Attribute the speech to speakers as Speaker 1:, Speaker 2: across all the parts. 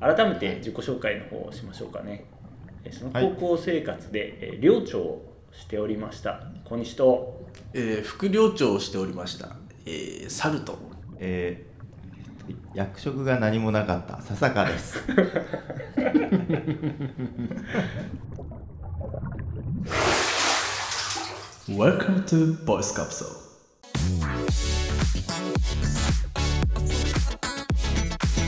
Speaker 1: 改めて自己紹介の方をしましょうかねえーその高校生活で、えー寮長をしておりました小西と
Speaker 2: えー副寮長をしておりました、えー、サルト
Speaker 3: えー役職が何もなかった笹川です。
Speaker 2: Welcome to Voice Capsule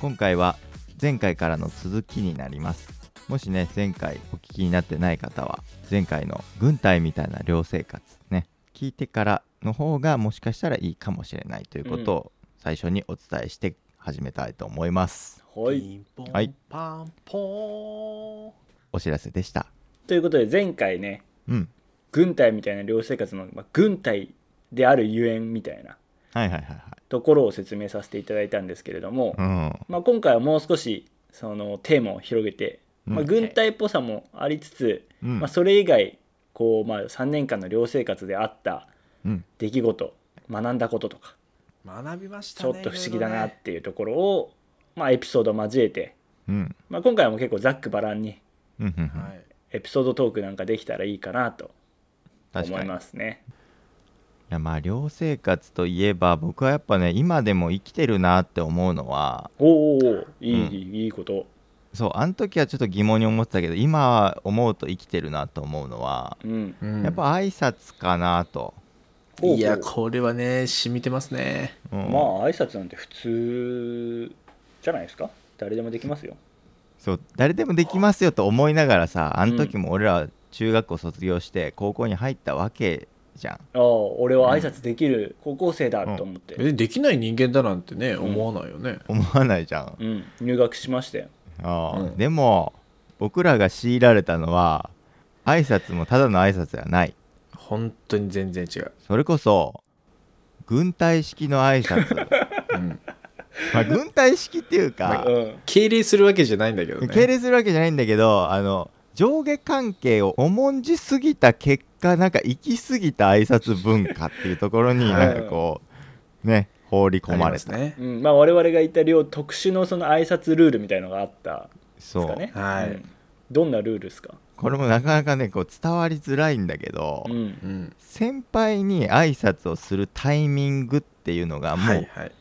Speaker 3: 今回は前回からの続きになりますもしね前回お聞きになってない方は前回の軍隊みたいな寮生活ね聞いてからの方がもしかしたらいいかもしれないということを最初にお伝えして始めたいと思います、
Speaker 1: はい
Speaker 2: ピンポン
Speaker 3: はい
Speaker 2: パンポ
Speaker 3: お知らせでした
Speaker 1: ということで前回ね
Speaker 3: うん
Speaker 1: 軍隊みたいな寮生活の、まあ、軍隊であるゆえんみたいな
Speaker 3: はいはいはい
Speaker 1: ところを説明させていただいたんですけれども、
Speaker 3: はい
Speaker 1: まあ、今回はもう少しそのテーマを広げて、まあ、
Speaker 3: うん
Speaker 1: 軍隊っぽさもありつつ、
Speaker 3: うんうん
Speaker 1: まあ、それ以外こう、まあ、3年間の寮生活であった
Speaker 3: うん
Speaker 1: 出来事学んだこととか
Speaker 2: ン学びました
Speaker 1: ち
Speaker 2: ね
Speaker 1: ょっと不思議だなっ
Speaker 2: い
Speaker 1: ていうところを、まあ、エピソード交えて、
Speaker 3: うん
Speaker 1: まあ、今回も結構ざっくばらんに
Speaker 3: うんうん
Speaker 2: ろいろねはい
Speaker 1: エピソードトークなんかできたらいいかなと
Speaker 3: 確
Speaker 1: 思
Speaker 3: か
Speaker 1: い
Speaker 3: に
Speaker 1: ますね。
Speaker 3: いやまあ寮生活といえば僕はやっぱね今でも生きてるなって思うのは
Speaker 1: おーおーおーいい,、
Speaker 3: うん
Speaker 1: いいこと。
Speaker 3: そうあの時はちょっと疑問に思ってたけど今は思うと生きてるなと思うのは
Speaker 1: うん、
Speaker 2: うん
Speaker 3: やっぱ挨拶かなと、
Speaker 1: ほうほう
Speaker 2: いやこれはね染みてますね
Speaker 3: うん
Speaker 1: まあ挨拶なんて普通じゃないですか誰でもできますよ。
Speaker 3: そう誰でもできますよと思いながらさあの時も俺ら中学校卒業して高校に入ったわけじゃん、
Speaker 1: ああ俺は挨拶できる高校生だと思って、
Speaker 2: えできない人間だなんてね思わないよね、
Speaker 3: 思わないじゃん、
Speaker 1: うん入学しましたよ
Speaker 3: あー
Speaker 2: うん
Speaker 3: でも僕らが強いられたのは挨拶もただの挨拶ではない
Speaker 2: 本当に全然違う、
Speaker 3: それこそ軍隊式の挨拶
Speaker 2: うん、
Speaker 3: まあ軍隊式っていうか、
Speaker 1: うん
Speaker 2: 敬礼するわけじゃないんだけどね
Speaker 3: 敬礼するわけじゃないんだけどあの上下関係を重んじすぎた結果なんか行き過ぎた挨拶文化っていうところに
Speaker 2: はい
Speaker 3: なんかこうね放り込まれた、
Speaker 2: ありますね
Speaker 1: うんまあ我々がいた寮特殊のその挨拶ルールみたいのがあったで
Speaker 3: そ
Speaker 1: すか
Speaker 3: う、
Speaker 1: ね
Speaker 2: は
Speaker 1: う
Speaker 2: い
Speaker 1: んどんなルールですか
Speaker 3: これもなかなかねこう伝わりづらいんだけど、
Speaker 1: うん
Speaker 2: うん
Speaker 3: 先輩に挨拶をするタイミングっていうのがも
Speaker 2: はいうはい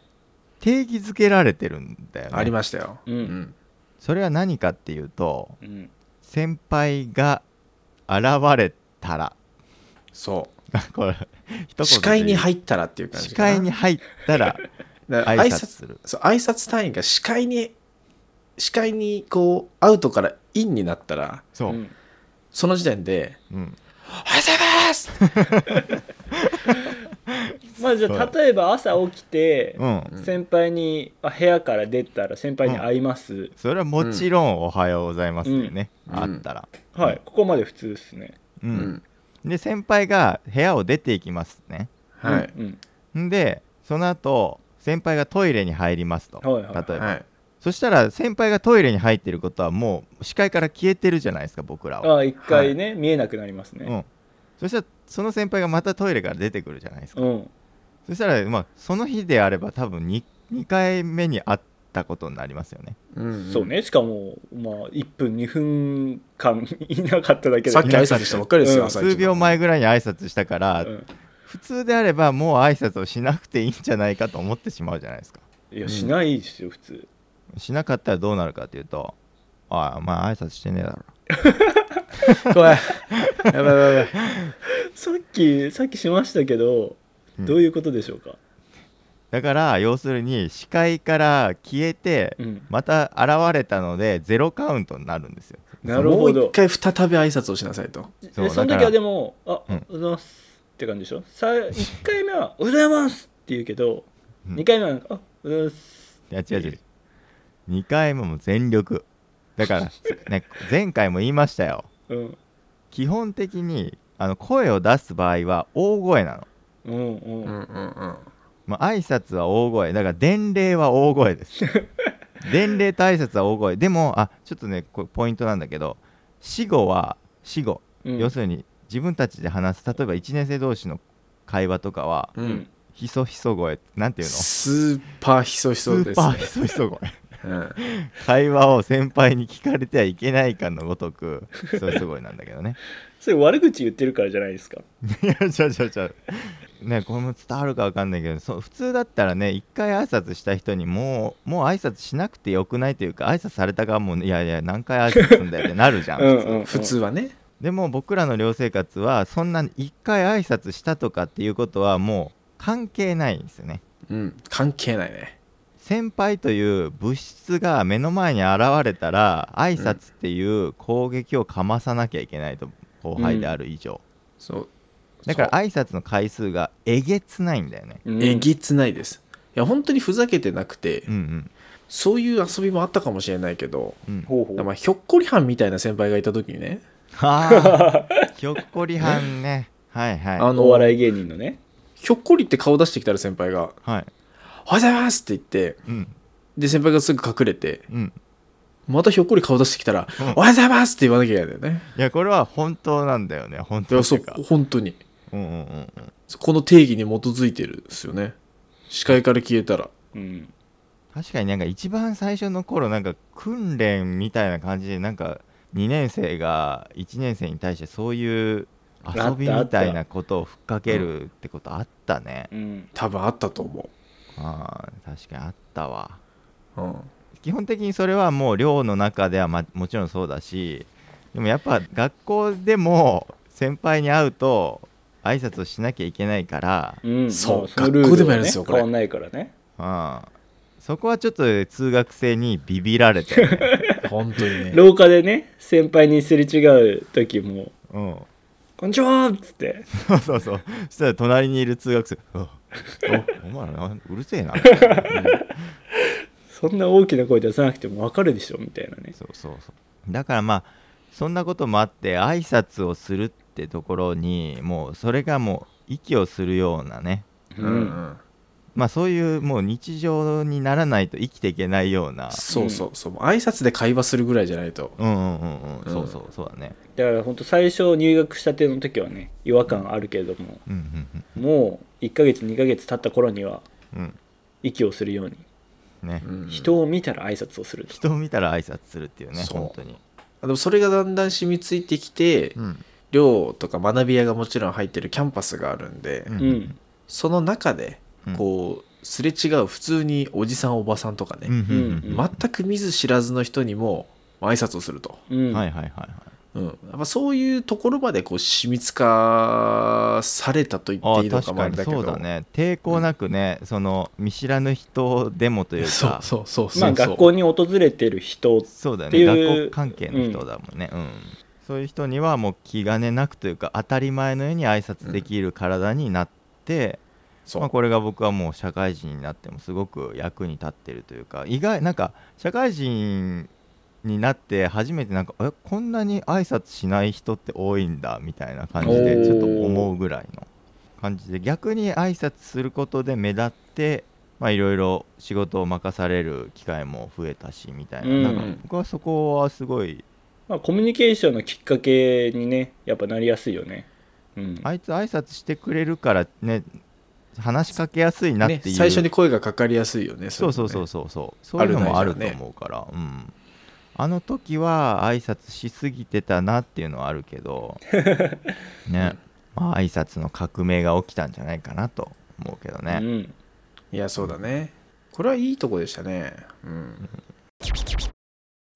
Speaker 3: 定義づけられてるんだよね、
Speaker 2: ありましたよ、
Speaker 1: うん
Speaker 3: それは何かっていうと
Speaker 1: うん
Speaker 3: 先輩が現れたら
Speaker 2: そ
Speaker 3: これ一言で言
Speaker 2: う
Speaker 3: う
Speaker 2: 視界に入ったらっていう感じ
Speaker 3: 視
Speaker 2: かな
Speaker 3: 界に入ったら
Speaker 2: だから
Speaker 3: 挨
Speaker 2: 挨
Speaker 3: 拶
Speaker 2: 拶
Speaker 3: する
Speaker 2: そう挨拶単位が視界に視界にこうアウトからインになったら
Speaker 3: そ
Speaker 1: う
Speaker 3: う、
Speaker 1: ん
Speaker 2: その時点で
Speaker 3: うん、
Speaker 2: 「おはようございます!
Speaker 1: まあじゃ
Speaker 3: そ
Speaker 1: あ
Speaker 3: う
Speaker 1: 例えば朝起きて
Speaker 3: うん、
Speaker 1: 先輩にあ部屋から出たら先輩に会います、
Speaker 3: それはもちろん「おはようございます」でね、
Speaker 2: うん
Speaker 3: あったら、
Speaker 1: はいここまで普通ですね
Speaker 3: う」
Speaker 2: うん
Speaker 3: んで先輩が部屋を出ていきますね
Speaker 2: はい、
Speaker 1: うん
Speaker 3: んでその後先輩がトイレに入りますと、
Speaker 1: はいはいはい
Speaker 3: 例えば、
Speaker 2: はい、
Speaker 3: そしたら先輩がトイレに入ってることはもう視界から消えてるじゃないですか僕らは、
Speaker 1: ああ一回ね、見えなくなります
Speaker 3: う
Speaker 1: ね
Speaker 3: ん、そしたらその先輩がまたトイレから出てくるじゃないですか、
Speaker 1: うん
Speaker 3: そしたらまあその日であれば多分 2, 2回目に会ったことになりますよね
Speaker 2: うん
Speaker 1: そうねしかもまあ1分2分間いなかっただけで
Speaker 2: さっき挨拶したばっかりです
Speaker 1: う
Speaker 2: よ、
Speaker 1: ん
Speaker 2: 朝一の
Speaker 3: 数秒前ぐらいに挨拶したから、
Speaker 1: うん
Speaker 3: 普通であればもう挨拶をしなくていいんじゃないかと思ってしまうじゃないですか
Speaker 1: いやしないですよ普通
Speaker 3: しなかったらどうなるかっていうと「ああお前挨拶してねえだろ
Speaker 2: 怖いやばいやばいや ばい
Speaker 1: さっきさっきしましたけど、
Speaker 3: うん
Speaker 1: どういうことでしょうか、」
Speaker 3: だから要するに視界から消えて
Speaker 1: うん、
Speaker 3: また現れたのでゼロカウントになるんですよ
Speaker 1: なるほど
Speaker 2: もう一回再び挨拶をしなさいと
Speaker 1: で
Speaker 3: そう
Speaker 1: その時
Speaker 3: だから
Speaker 1: はでも「あお
Speaker 3: う
Speaker 1: は
Speaker 3: ん
Speaker 1: ようございます」って感じでしょさ1回目は「おはようございます」って言うけど、
Speaker 3: うん
Speaker 1: 二2回目は「あおはようございます
Speaker 3: いや違う違う2回目も全力だから、 ね、前回も言いましたよ」
Speaker 1: うん
Speaker 3: 基本的にあの声を出す場合は大声なの、
Speaker 1: うん
Speaker 2: う
Speaker 1: うん
Speaker 2: うん
Speaker 1: ん
Speaker 2: うん
Speaker 3: まあ挨拶は大声だから伝令は大声です 伝令と挨拶は大声でもあちょっとねこれポイントなんだけど死語は死語、
Speaker 1: うん
Speaker 3: 要するに自分たちで話す例えば1年生同士の会話とかは
Speaker 2: うん
Speaker 3: ひそひそ声なんていうのス
Speaker 2: スーパーひそひそで
Speaker 3: ー
Speaker 2: す
Speaker 3: パー
Speaker 2: ね
Speaker 3: ひそひそ声
Speaker 2: うん
Speaker 3: 会話を先輩に聞かれてはいけないかのごとくひそひそ声なんだけどね
Speaker 1: それ悪口言ってるからじゃないですか
Speaker 3: いや ちゃうちゃうちゃうねこれも伝わるかわかんないけどそう普通だったらね一回挨拶した人にもうもう挨拶しなくてよくないというか挨拶された側もいやいや何回挨拶すんだよってなるじゃん
Speaker 1: うんうん、うん、
Speaker 2: 普通はね
Speaker 3: でも僕らの寮生活はそんな一回挨拶したとかっていうことはもう関係ないんですよね
Speaker 2: うん関係ないね
Speaker 3: 先輩という物質が目の前に現れたら挨拶っていう攻撃をかまさなきゃいけないと後輩である以上、
Speaker 2: そう
Speaker 3: だから挨拶の回数がえげつないんだよね
Speaker 1: う
Speaker 2: そ
Speaker 1: ん
Speaker 2: うえぎつないですいや本当にふざけてなくて、
Speaker 3: うんうん
Speaker 2: そういう遊びもあったかもしれないけど
Speaker 3: うん
Speaker 1: ほうほ
Speaker 2: ま
Speaker 1: う
Speaker 2: あひょっこりはんみたいな先輩がいた時にね
Speaker 3: はあひょっこりはんねはいは
Speaker 2: あ
Speaker 1: お
Speaker 2: の
Speaker 1: 笑い芸人のね
Speaker 2: ひょっこりって顔出してきたら先輩が
Speaker 3: いはい
Speaker 2: 「おはようございます」って言って
Speaker 3: うん
Speaker 2: で先輩がすぐ隠れて
Speaker 3: うん
Speaker 2: またひょっこり顔出してきたら「
Speaker 3: うん
Speaker 2: おはようございます」って言わなきゃいけないんだよね
Speaker 3: いやこれは本当なんだよね本
Speaker 2: い
Speaker 3: 当
Speaker 2: や
Speaker 3: って
Speaker 2: そ
Speaker 3: いううか
Speaker 2: 本当に
Speaker 3: うんうんうんうん
Speaker 2: この定義に基づいてるんですよね視界から消えたら
Speaker 1: うん
Speaker 3: 確かになんか一番最初の頃なんか訓練みたいな感じでなんか2年生が1年生に対してそういう遊びみたいなことをふっかけるってことあったね
Speaker 1: うん
Speaker 2: 多分あったと思
Speaker 3: あー確かにあったわ
Speaker 2: う、うん、
Speaker 3: 基本的にそれはもう寮の中では、ま、もちろんそうだしでもやっぱ学校でも先輩に会うと挨拶をしなきゃいけないから、
Speaker 1: うん
Speaker 2: そう
Speaker 1: まあのルール
Speaker 2: 学校でもやるんですよ
Speaker 1: はね
Speaker 2: これ
Speaker 1: 変わんないからね
Speaker 3: うん、そこはちょっと通学生にビビられて、ね
Speaker 2: 本 当にね
Speaker 1: 廊下でね先輩にすれ違う時も
Speaker 3: うん、
Speaker 1: 「こんにちは!」っつって
Speaker 3: そうそうそうそしたら隣にいる通学生うわおお前らなうるせえな
Speaker 1: そんな大きな声出さなくてもわかるでしょみたいなね
Speaker 3: そうそうそうだからまあそんなこともあって挨拶をするってところにもうそれがもう息をするようなね
Speaker 2: うんうん
Speaker 3: まあそういうもう日常にならないと生きていけないような
Speaker 2: そうそうそう挨拶で会話するぐらいじゃないと
Speaker 3: うんうんうんうん、
Speaker 2: うん
Speaker 3: そうそうそうだね
Speaker 1: だから本当最初入学したての時はね違和感あるけれども
Speaker 3: うんうん
Speaker 1: もう1ヶ月2ヶ月経った頃には
Speaker 3: うん
Speaker 1: 息をするように
Speaker 3: うんね、
Speaker 2: うん
Speaker 1: 人を見たら挨拶をすると
Speaker 3: 人を見たら挨拶するっていうね
Speaker 2: そう
Speaker 3: 本当に
Speaker 2: でもそれがだんだん染みついてきて、
Speaker 3: うん
Speaker 2: 寮とか学び屋がもちろん入ってるキャンパスがあるんで、
Speaker 3: うん
Speaker 1: うん
Speaker 2: その中で
Speaker 3: うん
Speaker 2: こうすれ違う普通におじさんおばさんとかね、
Speaker 3: うんうん
Speaker 1: うん
Speaker 2: 全く見ず知らずの人にも挨拶をすると、
Speaker 1: う
Speaker 3: うん
Speaker 1: ん
Speaker 3: はいはいはいはい
Speaker 2: うん、やっぱそういうところまでこう染みつかされたと言っ
Speaker 3: あ
Speaker 2: て
Speaker 3: ー
Speaker 2: いいのか
Speaker 3: 確
Speaker 2: もあ
Speaker 3: か
Speaker 2: れ
Speaker 3: に
Speaker 2: だけど
Speaker 3: そうだね抵抗なくね、その見知らぬ人でもというか
Speaker 2: そうそうそうそう
Speaker 1: まあ学校に訪れてる人
Speaker 3: そうだよ
Speaker 1: っ
Speaker 3: ね
Speaker 1: ていう
Speaker 3: 学校関係の人だもんね、うんそういう人にはもう気兼ねなくというか当たり前のように挨拶できる体になって、
Speaker 2: そう、
Speaker 3: まあ、これが僕はもう社会人になってもすごく役に立ってるというか意外なんか社会人になって初めてなんかえこんなに挨拶しない人って多いんだみたいな感じ
Speaker 1: お
Speaker 3: で
Speaker 1: ー
Speaker 3: ちょっと思うぐらいの感じで逆に挨拶することで目立ってまあいろいろ仕事を任される機会も増えたしみたいな,、
Speaker 1: うん
Speaker 3: なんか僕はそこはすごい
Speaker 1: まあコミュニケーションのきっかけにねやっぱなりやすいよねうん
Speaker 3: あいつ挨拶してくれるからね話しかけやすいなっていう、
Speaker 2: ね、最初に声がかかりやすいよね
Speaker 3: そうそうそううそうそうそういうのもあると思うからうん、あの時は挨拶しすぎてたなっていうのはあるけ どね、まあ挨拶の革命が起きたんじゃないかなと思うけど
Speaker 1: う
Speaker 3: ね、
Speaker 1: ん
Speaker 2: いやそうだねこれはいいとこでしたねうん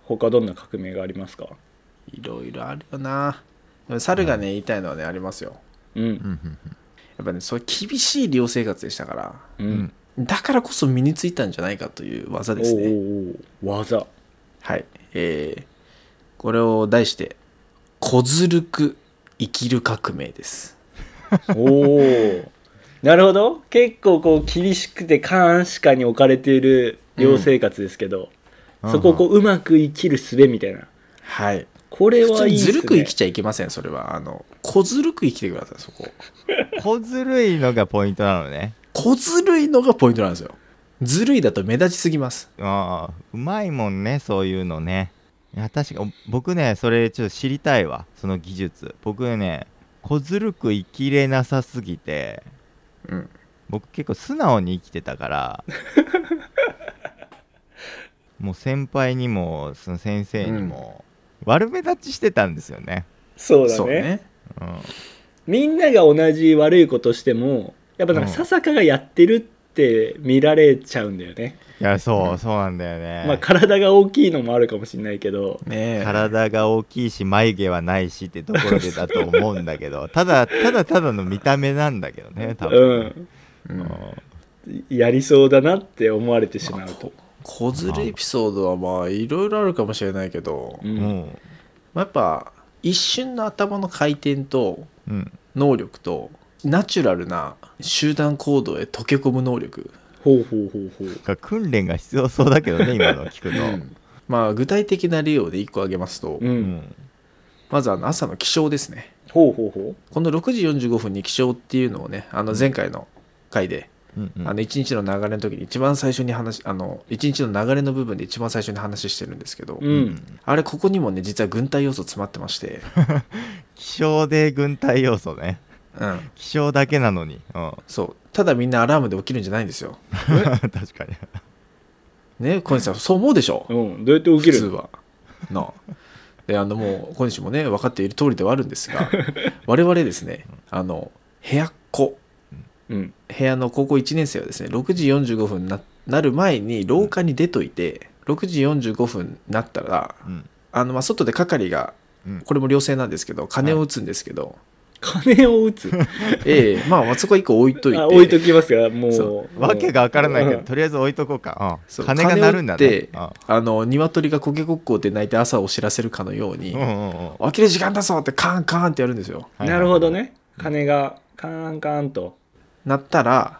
Speaker 1: 他どんな革命がありますか
Speaker 2: いろいろあるよなでも猿がね言いたいのはねありますよ
Speaker 1: う
Speaker 3: うんんうん
Speaker 2: やっぱねそう厳しい寮生活でしたから
Speaker 1: う
Speaker 3: うん
Speaker 1: ん
Speaker 2: だからこそ身についたんじゃないかという技
Speaker 1: お
Speaker 2: で
Speaker 1: う
Speaker 2: す
Speaker 1: お
Speaker 2: ね
Speaker 1: うおう技
Speaker 2: はいえーこれを題して「こずるく生きる革命」です
Speaker 1: おお なるほど結構こう厳しくて監視下に置かれている寮生活ですけど、
Speaker 3: うん
Speaker 1: そこをこううまく生きる術みたいな
Speaker 2: はい
Speaker 1: これ
Speaker 2: 普通
Speaker 1: はいい
Speaker 2: に
Speaker 1: です
Speaker 2: ず
Speaker 1: ね
Speaker 2: るく生きちゃいけませんそれはあのこずるく生きてくださいそこ
Speaker 3: 小ずるいのがポイントなのね
Speaker 2: こずるいのがポイントなんですよずるいだと目立ちすぎます
Speaker 3: ああうまいもんねそういうのねいや確か僕ねそれちょっと知りたいわその技術僕ね小ずるく生きれなさすぎて
Speaker 2: うん
Speaker 3: 僕結構素直に生きてたからもう先輩にもその先生にも悪目立ちしてたんですよね、
Speaker 1: そうだ
Speaker 2: そう
Speaker 1: ね
Speaker 2: ね
Speaker 3: うん、
Speaker 1: みんなが同じ悪いことしてもやっぱなんか
Speaker 3: うん
Speaker 1: ささかがやってるって見られちゃうんだよね、
Speaker 3: いやそうそうなんだよね、
Speaker 1: まあ体が大きいのもあるかもしれないけど
Speaker 2: ねえ
Speaker 3: 体が大きいし眉毛はないしってところでだと思うんだけどただただただの見た目なんだけどね多
Speaker 1: う
Speaker 3: 分、
Speaker 1: ん
Speaker 2: うん
Speaker 1: やりそうだなって思われてしまうと、
Speaker 2: こずるエピソードはまあいろいろあるかもしれないけど、
Speaker 1: うん
Speaker 3: も
Speaker 2: まあやっぱ一瞬の頭の回転と
Speaker 3: う、うん、
Speaker 2: 能力とナチュラルな集団行動へ溶け込む能力
Speaker 1: ほうほうほうほう
Speaker 3: が訓練が必要そうだけどね今の聞くと、
Speaker 2: まあ具体的な例をで1個挙げますと、
Speaker 1: うん、
Speaker 3: うん
Speaker 2: まずあの朝の起床ですね
Speaker 1: ほうほうほう
Speaker 2: この6時45分に起床っていうのをねあの前回の回で、
Speaker 3: うんうん
Speaker 2: あの1日の流れの時に一番最初に話あの1日の流れの部分で一番最初に話してるんですけど、
Speaker 1: うん、
Speaker 2: あれここにもね実は軍隊要素詰まってまして、
Speaker 3: 気象で軍隊要素ね
Speaker 2: うん、
Speaker 3: 気象だけなのに、うん、
Speaker 2: そうただみんなアラームで起きるんじゃないんですよ
Speaker 3: 確かに
Speaker 2: ね小西さんそう思うでしょ
Speaker 1: うん、どうやって起き
Speaker 2: 普通
Speaker 1: るの
Speaker 2: はなあであのもう小西もね分かっている通りではあるんですが我々ですねあの部屋っ子
Speaker 1: うん
Speaker 2: 部屋の高校1年生はですね6時45分にななる前に廊下に出といて、6時45分になったら
Speaker 3: うん
Speaker 2: あのまあ外で係が
Speaker 3: うん
Speaker 2: これも良性なんですけど金を打つんですけど、
Speaker 1: 金を打つ
Speaker 2: ええまあそこは1個置いと いて
Speaker 1: あ置いときますがも
Speaker 2: そう
Speaker 3: わけがわからないけど
Speaker 1: うん
Speaker 3: とりあえず置いとこうか、う
Speaker 2: そ
Speaker 3: ん、
Speaker 2: う
Speaker 3: 金が鳴るんだ
Speaker 2: 金を打っ
Speaker 3: ね
Speaker 2: てあの鶏がコケコッコーって鳴いて朝を知らせるかのように、
Speaker 3: うんうんうんうん
Speaker 2: 起きる時間だぞってカーンカーンってやるんですよ
Speaker 3: はいはい
Speaker 1: なるほどね金がカーンカーンと
Speaker 2: なったら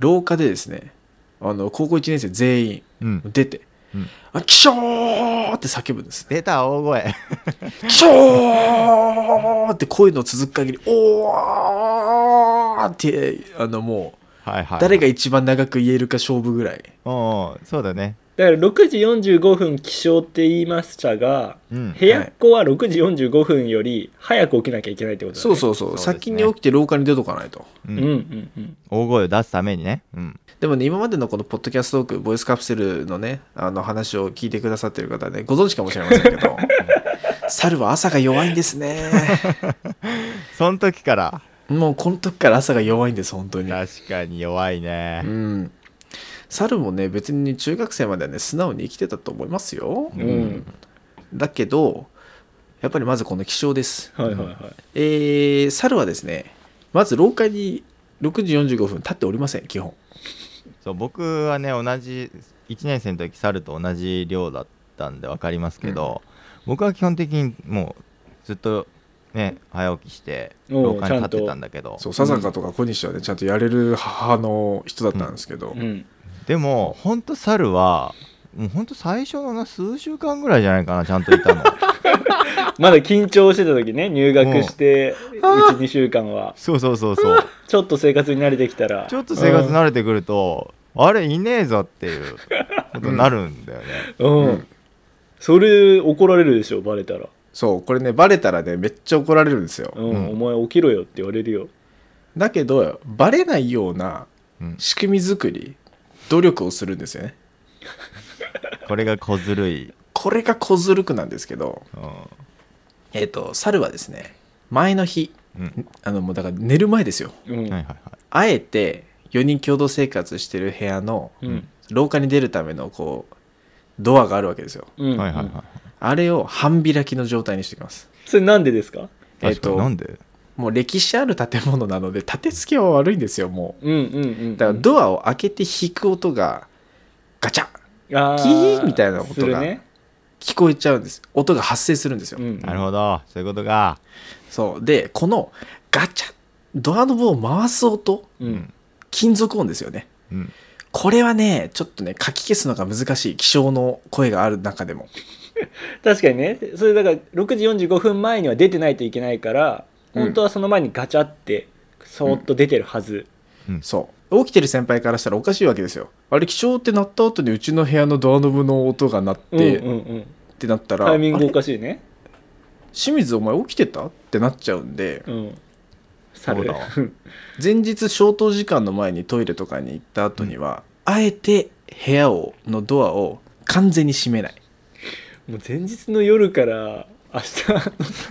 Speaker 2: 廊下でですねあの高校1年生全員
Speaker 3: うん
Speaker 2: 出て
Speaker 3: うん
Speaker 2: 「あ、キショー!」って叫ぶんです
Speaker 3: 出た大声
Speaker 2: 「キショー!」ってこういうの続く限り「おー!」ってあのも
Speaker 3: はいは
Speaker 2: う
Speaker 3: い
Speaker 2: 誰が一番長く言えるか勝負ぐらい
Speaker 3: うんうんそうだね
Speaker 1: だから6時45分起床って言いましたが
Speaker 3: うん
Speaker 1: 部屋っ子は6時45分より早く起きなきゃいけないってことだね
Speaker 2: そうそう
Speaker 3: そうで
Speaker 2: そう
Speaker 3: すね
Speaker 2: 先に起きて廊下に出とかないと
Speaker 3: う
Speaker 1: うんんうんうん
Speaker 3: 大声を出すためにね、うん、
Speaker 2: でもね今までのこのポッドキャストトークボイスカプセルのねあの話を聞いてくださってる方はねご存知かもしれませんけ ど猿は朝が弱いんです ね
Speaker 3: その時から
Speaker 2: もうこの時から朝が弱いんです本当に
Speaker 3: 確かに弱いうね、
Speaker 2: ん猿もね別に中学生まではね素直に生きてたと思いますよ
Speaker 1: うんうん
Speaker 2: だけどやっぱりまずこの気象です
Speaker 1: はいはいはい
Speaker 2: えー、猿はですねまず廊下に6時45分立っておりません基本
Speaker 3: そう僕はね同じ1年生の時猿と同じ量だったんで分かりますけど、僕は基本的にもうずっとね早起きして
Speaker 1: おう
Speaker 3: 廊下に
Speaker 1: ちゃ
Speaker 3: 立
Speaker 1: んと
Speaker 3: ってたんだけど
Speaker 2: そう佐坂とか小西はねちゃんとやれる母の人だったんですけど、
Speaker 1: うん
Speaker 3: でもほんと猿はもうほんと最初のな数週間ぐらいじゃないかなちゃんといたの
Speaker 1: まだ緊張してた時ね入学して12週間は
Speaker 3: そうそうそうそう
Speaker 1: ちょっと生活に慣れてきたら
Speaker 3: ちょっと生活慣れてくると、あれいねえぞっていうことになるんだよね、
Speaker 1: うん、うん、それ怒られるでしょバレたら、
Speaker 2: そうこれねバレたらねめっちゃ怒られるんですよ、
Speaker 1: うん
Speaker 3: うん
Speaker 1: お前起きろよって言われるよ
Speaker 2: だけどバレないような
Speaker 3: うん
Speaker 2: 仕組み作り努力をするんですよね
Speaker 3: これが小ずるい、
Speaker 2: これが小ずるくなんですけど
Speaker 3: う
Speaker 2: えっ、と猿はですね前の日
Speaker 3: んうん
Speaker 2: あのもうだから寝る前ですよ
Speaker 1: うん、
Speaker 3: はいはいはい
Speaker 2: あえて4人共同生活してる部屋の
Speaker 1: うん
Speaker 2: 廊下に出るためのこうドアがあるわけですよ
Speaker 1: うん
Speaker 3: はいはいはい。
Speaker 2: あれを半開きの状態にしておきます
Speaker 1: それなんでですか
Speaker 2: えっ、
Speaker 3: 確かにな
Speaker 2: と
Speaker 3: んで、
Speaker 2: もう歴史ある建物なので建て付けは悪いんですよもう
Speaker 1: うんうんうん
Speaker 2: だからドアを開けて引く音がガチャ
Speaker 1: あ
Speaker 2: キーみたいな音が
Speaker 1: するね、
Speaker 2: 聞こえちゃうんです音が発生するんですよ、
Speaker 1: うん、
Speaker 3: なるほど、そういうことか。
Speaker 2: そうでこのガチャドアノブを回す音
Speaker 1: うん
Speaker 2: 金属音ですよね
Speaker 3: うん。
Speaker 2: これはねちょっとね書き消すのが難しい気象の声がある中でも
Speaker 1: 確かにねそれだから6時45分前には出てないといけないから
Speaker 2: うん
Speaker 1: 本当はその前にガチャってそーっと出てるはず、
Speaker 2: そう起きてる先輩からしたらおかしいわけですよあれ気象って鳴った後にうちの部屋のドアノブの音が鳴っ
Speaker 1: うん、うん
Speaker 2: て、
Speaker 1: う
Speaker 2: っ
Speaker 1: んうん
Speaker 2: てなったら
Speaker 1: タイミングお
Speaker 2: あれ
Speaker 1: かしいね
Speaker 2: 清水お前起きてたってなっちゃうんで
Speaker 1: うん猿
Speaker 3: そうだわ
Speaker 2: 前日消灯時間の前にトイレとかに行った後には、あえて部屋をのドアを完全に閉めない
Speaker 1: もう前日の夜から明日の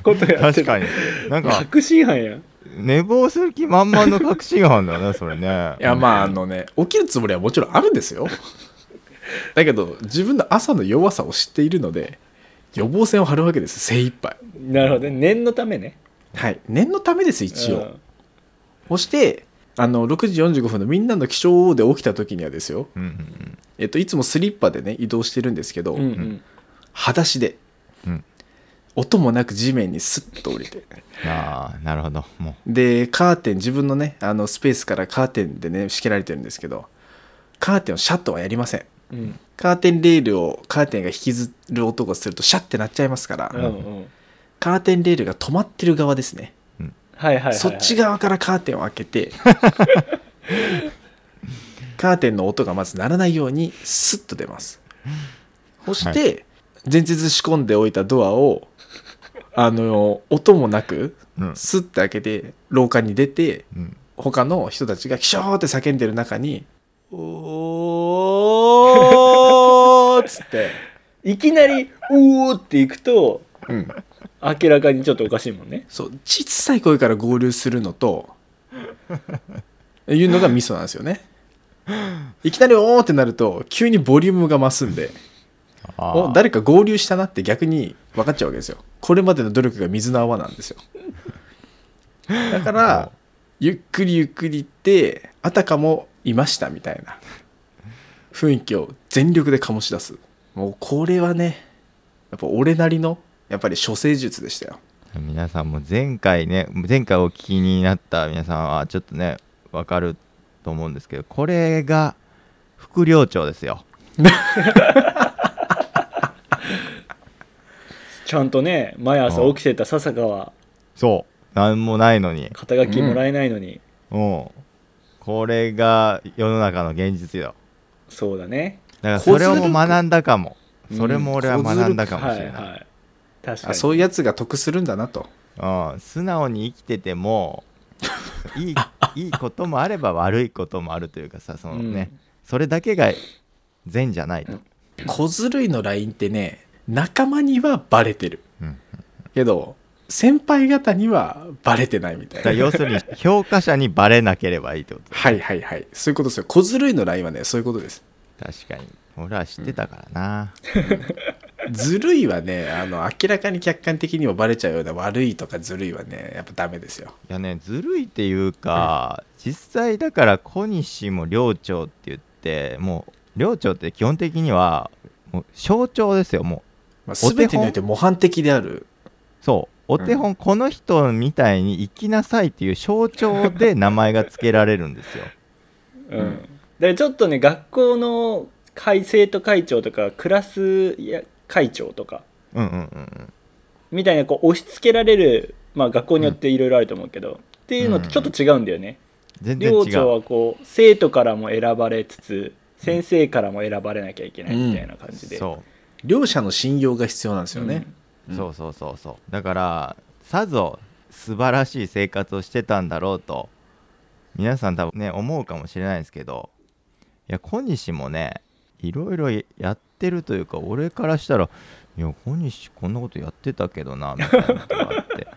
Speaker 1: ことやって
Speaker 3: 確
Speaker 1: る
Speaker 3: かになんか
Speaker 1: 確信犯やん
Speaker 3: 寝坊する気満々の確信犯だねそれね
Speaker 2: いやまああのね起きるつもりはもちろんあるんですよ だけど自分の朝の弱さを知っているので予防線を張るわけです精一杯
Speaker 1: なるほどね念のためね
Speaker 2: はい念のためです一応、
Speaker 1: うん
Speaker 2: そしてあの6時45分のみんなの起床で起きた時にはですよ、
Speaker 3: うんうん
Speaker 2: えっと、いつもスリッパでね移動してるんですけど、
Speaker 1: うんうん
Speaker 2: 裸足で、
Speaker 3: うん
Speaker 2: 音もなく地面にスッと降りて
Speaker 3: うんああなるほども
Speaker 2: でカーテン自分のねあのスペースからカーテンでね仕切られてるんですけどカーテンをシャットはやりません
Speaker 1: うん
Speaker 2: カーテンレールをカーテンが引きずる音がするとシャッてなっちゃいますから、
Speaker 1: うんうん
Speaker 2: カーテンレールが止まってる側ですね、
Speaker 1: はいはいはいはい
Speaker 2: そっち側からカーテンを開 けてカーテンの音がまず鳴らないようにスッと出ますそして、前日仕込んでおいたドアをあの音もなく
Speaker 3: ううん
Speaker 2: スッて開けて廊下に出て
Speaker 3: うん
Speaker 2: 他の人たちがキショーって叫んでる中に「おー」っつって、
Speaker 1: いきなり「うお」っていくと
Speaker 2: うん、
Speaker 1: 明らかにちょっとおかしいもんね
Speaker 2: そう小さい声から合流するのというのがミソなんですよねいきなり「おー」ってなると急にボリュームが増すんで
Speaker 3: あ
Speaker 2: お
Speaker 3: ー
Speaker 2: 誰か合流したなって逆に分かっちゃうわけですよこれまでの努力が水の泡なんですよだからゆっくりゆっくり行ってあたかもいましたみたいな雰囲気を全力で醸し出すもうこれはねやっぱ俺なりのやっぱり処世術でしたよ
Speaker 3: 皆さんも前回ね前回お聞きになった皆さんはちょっとねわかると思うんですけどこれが副寮長ですよ
Speaker 1: ちゃんとね毎朝起きてた笹川は
Speaker 3: そうなんもないのに
Speaker 1: 肩書きもらえないのに、
Speaker 3: うんこれが世の中の現実よ
Speaker 1: そうだね
Speaker 3: だからそれをも学んだかも
Speaker 1: うん
Speaker 3: それも俺は学んだかも
Speaker 1: は
Speaker 3: し
Speaker 1: い
Speaker 3: れない、
Speaker 1: はい確か
Speaker 2: あ
Speaker 1: に
Speaker 2: そういうやつが得するんだなと
Speaker 3: うん、素直に生きてて もいいいいこともあれば悪いこともあるというかさそのね、それだけが善じゃないと、
Speaker 2: 小ずるいの LINE ってね仲間にはバレてる
Speaker 3: うん
Speaker 2: けど先輩方にはバレてないみた
Speaker 3: だから
Speaker 2: いな
Speaker 3: 要するに評価者にバレなければいいってこと
Speaker 2: はいはいはいそういうことですよ小ずるいの LINE はねそういうことです
Speaker 3: 確かに俺は知ってたからな、
Speaker 2: ずるいはねあの明らかに客観的にもバレちゃうような悪いとかずるいはねやっぱダメですよ
Speaker 3: いやねずるいっていうか実際だから小西も寮長って言ってもう寮長って基本的にはもう象徴ですよも
Speaker 2: まあ、
Speaker 3: お手本
Speaker 2: 全てにおいて模範的である
Speaker 3: うそうお手本この人みたいに生きなさいっていう象徴で名前が付けられるんですよ
Speaker 1: うんだからちょっとね学校の会生徒会長とかクラスや会長とか
Speaker 3: うんうんうん
Speaker 1: みたいなこう押し付けられる、まあ、学校によっていろいろあると思うけど、っていうのとちょっと違うんだよね、
Speaker 3: 全然違
Speaker 1: 寮長
Speaker 3: う
Speaker 1: はこう生徒からも選ばれつつ先生からも選ばれなきゃいけないみたいな感じで、
Speaker 3: そう
Speaker 2: 両者の信用が必要なんですよ
Speaker 1: う
Speaker 2: ね
Speaker 1: ん、
Speaker 2: うん
Speaker 3: そうそうそうそうだからさぞ素晴らしい生活をしてたんだろうと皆さん多分ね思うかもしれないですけどいや小西もねいろいろやってるというか俺からしたらいや小西こんなことやってたけどなみたいなことがあって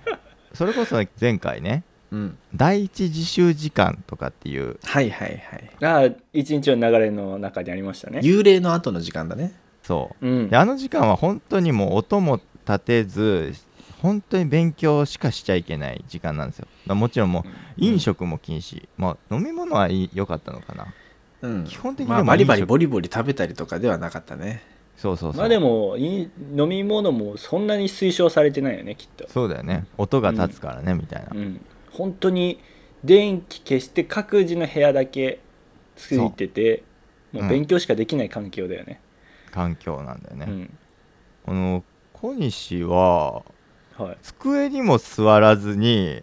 Speaker 3: それこそ前回ね
Speaker 2: うん、
Speaker 3: 第一自習時間とかっていう
Speaker 2: はいはいはい
Speaker 1: ああ一日の流れの中にありましたね
Speaker 2: 幽霊の後の時間だね
Speaker 3: そう
Speaker 1: うん
Speaker 3: であの時間は本当にもう音も立てず本当に勉強しかしちゃいけない時間なんですよまあもちろんもう飲食も禁止、まあ飲み物はいい良かったのかな
Speaker 2: うん
Speaker 3: 基本的に
Speaker 2: ま
Speaker 3: は
Speaker 2: あ、
Speaker 3: まあ
Speaker 2: バリバ
Speaker 3: 飲
Speaker 2: リ
Speaker 3: 食
Speaker 2: ボリボリ食べたりとかではなかったね
Speaker 3: そうそうそう、
Speaker 1: まあでもいい飲み物もそんなに推奨されてないよねきっと、
Speaker 3: そうだよね音が立つからね、みたいな
Speaker 1: うん、本当に電気消して各自の部屋だけついてて
Speaker 3: う
Speaker 1: もう
Speaker 3: うん
Speaker 1: 勉強しかできない環境だよね、
Speaker 3: 環境なんだよね、
Speaker 1: うん
Speaker 3: この小西は
Speaker 1: はい、
Speaker 3: 机にも座らず に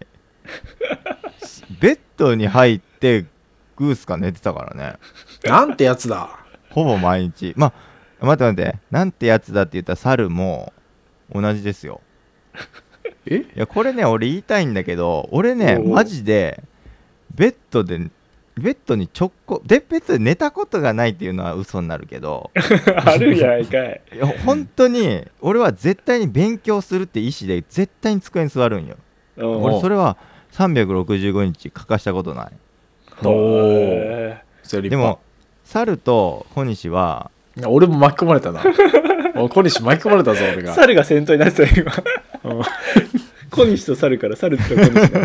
Speaker 3: ベッドに入ってグースか寝てたからね
Speaker 2: なんてやつだ
Speaker 3: ほぼ毎日まあ待って待ってなんてやつだって言った猿も同じですよ
Speaker 2: え
Speaker 3: いやこれね俺言いたいんだけど俺ね
Speaker 2: おう
Speaker 3: マジでベッドでベッドにちょっこでベッドで寝たことがないっていうのは嘘になるけど
Speaker 1: あるやないかい
Speaker 3: い や本当に俺は絶対に勉強するって意思で絶対に机に座るんよ
Speaker 1: うん
Speaker 3: 俺それは365日欠かしたことない
Speaker 2: おー
Speaker 1: へ
Speaker 2: それ立
Speaker 3: で
Speaker 2: 派
Speaker 3: も猿と小西はい
Speaker 2: や俺も巻き込まれたな お小西巻き込まれたぞ俺
Speaker 1: ー
Speaker 2: が
Speaker 1: 猿が先頭になってたよ今小西と猿から猿と小西が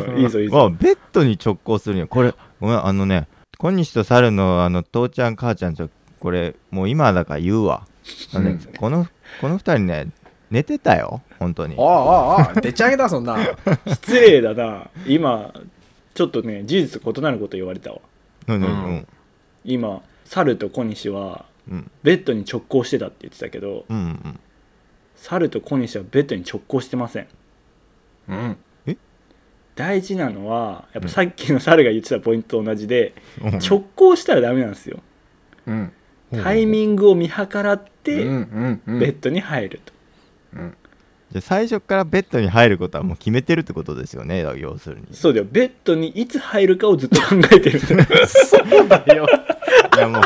Speaker 1: うんうんいいぞいいぞ
Speaker 3: はベッドに直行するんよこれごめんあのね小西と猿のあの父ちゃん母ちゃんとこれもう今だから言うわ、あのねこのこの二人ね寝てたよ本当に
Speaker 2: おあああでち上げだそんな
Speaker 1: 失礼だな今ちょっとね事実と異なること言われたわ
Speaker 3: うんう
Speaker 2: うんん
Speaker 1: 今猿と小西は
Speaker 3: うん
Speaker 1: ベッドに直行してたって言ってたけど
Speaker 3: うんうん
Speaker 1: 猿と小西はベッドに直行してません
Speaker 2: うん
Speaker 1: 大事なのはやっぱさっきの猿が言ってたポイントと同じで、
Speaker 3: うんうん
Speaker 1: 直行したらダメなんですよ
Speaker 2: うん
Speaker 3: うん
Speaker 1: タイミングを見計らっ
Speaker 2: うん
Speaker 1: て
Speaker 2: う
Speaker 1: ベッドに入ると、
Speaker 2: うん
Speaker 3: じゃあ最初からベッドに入ることはもう決めてるってことですよねだから要するに
Speaker 1: そうだよベッドにいつ入るかをずっと考えてる
Speaker 2: そうだよ
Speaker 3: いやも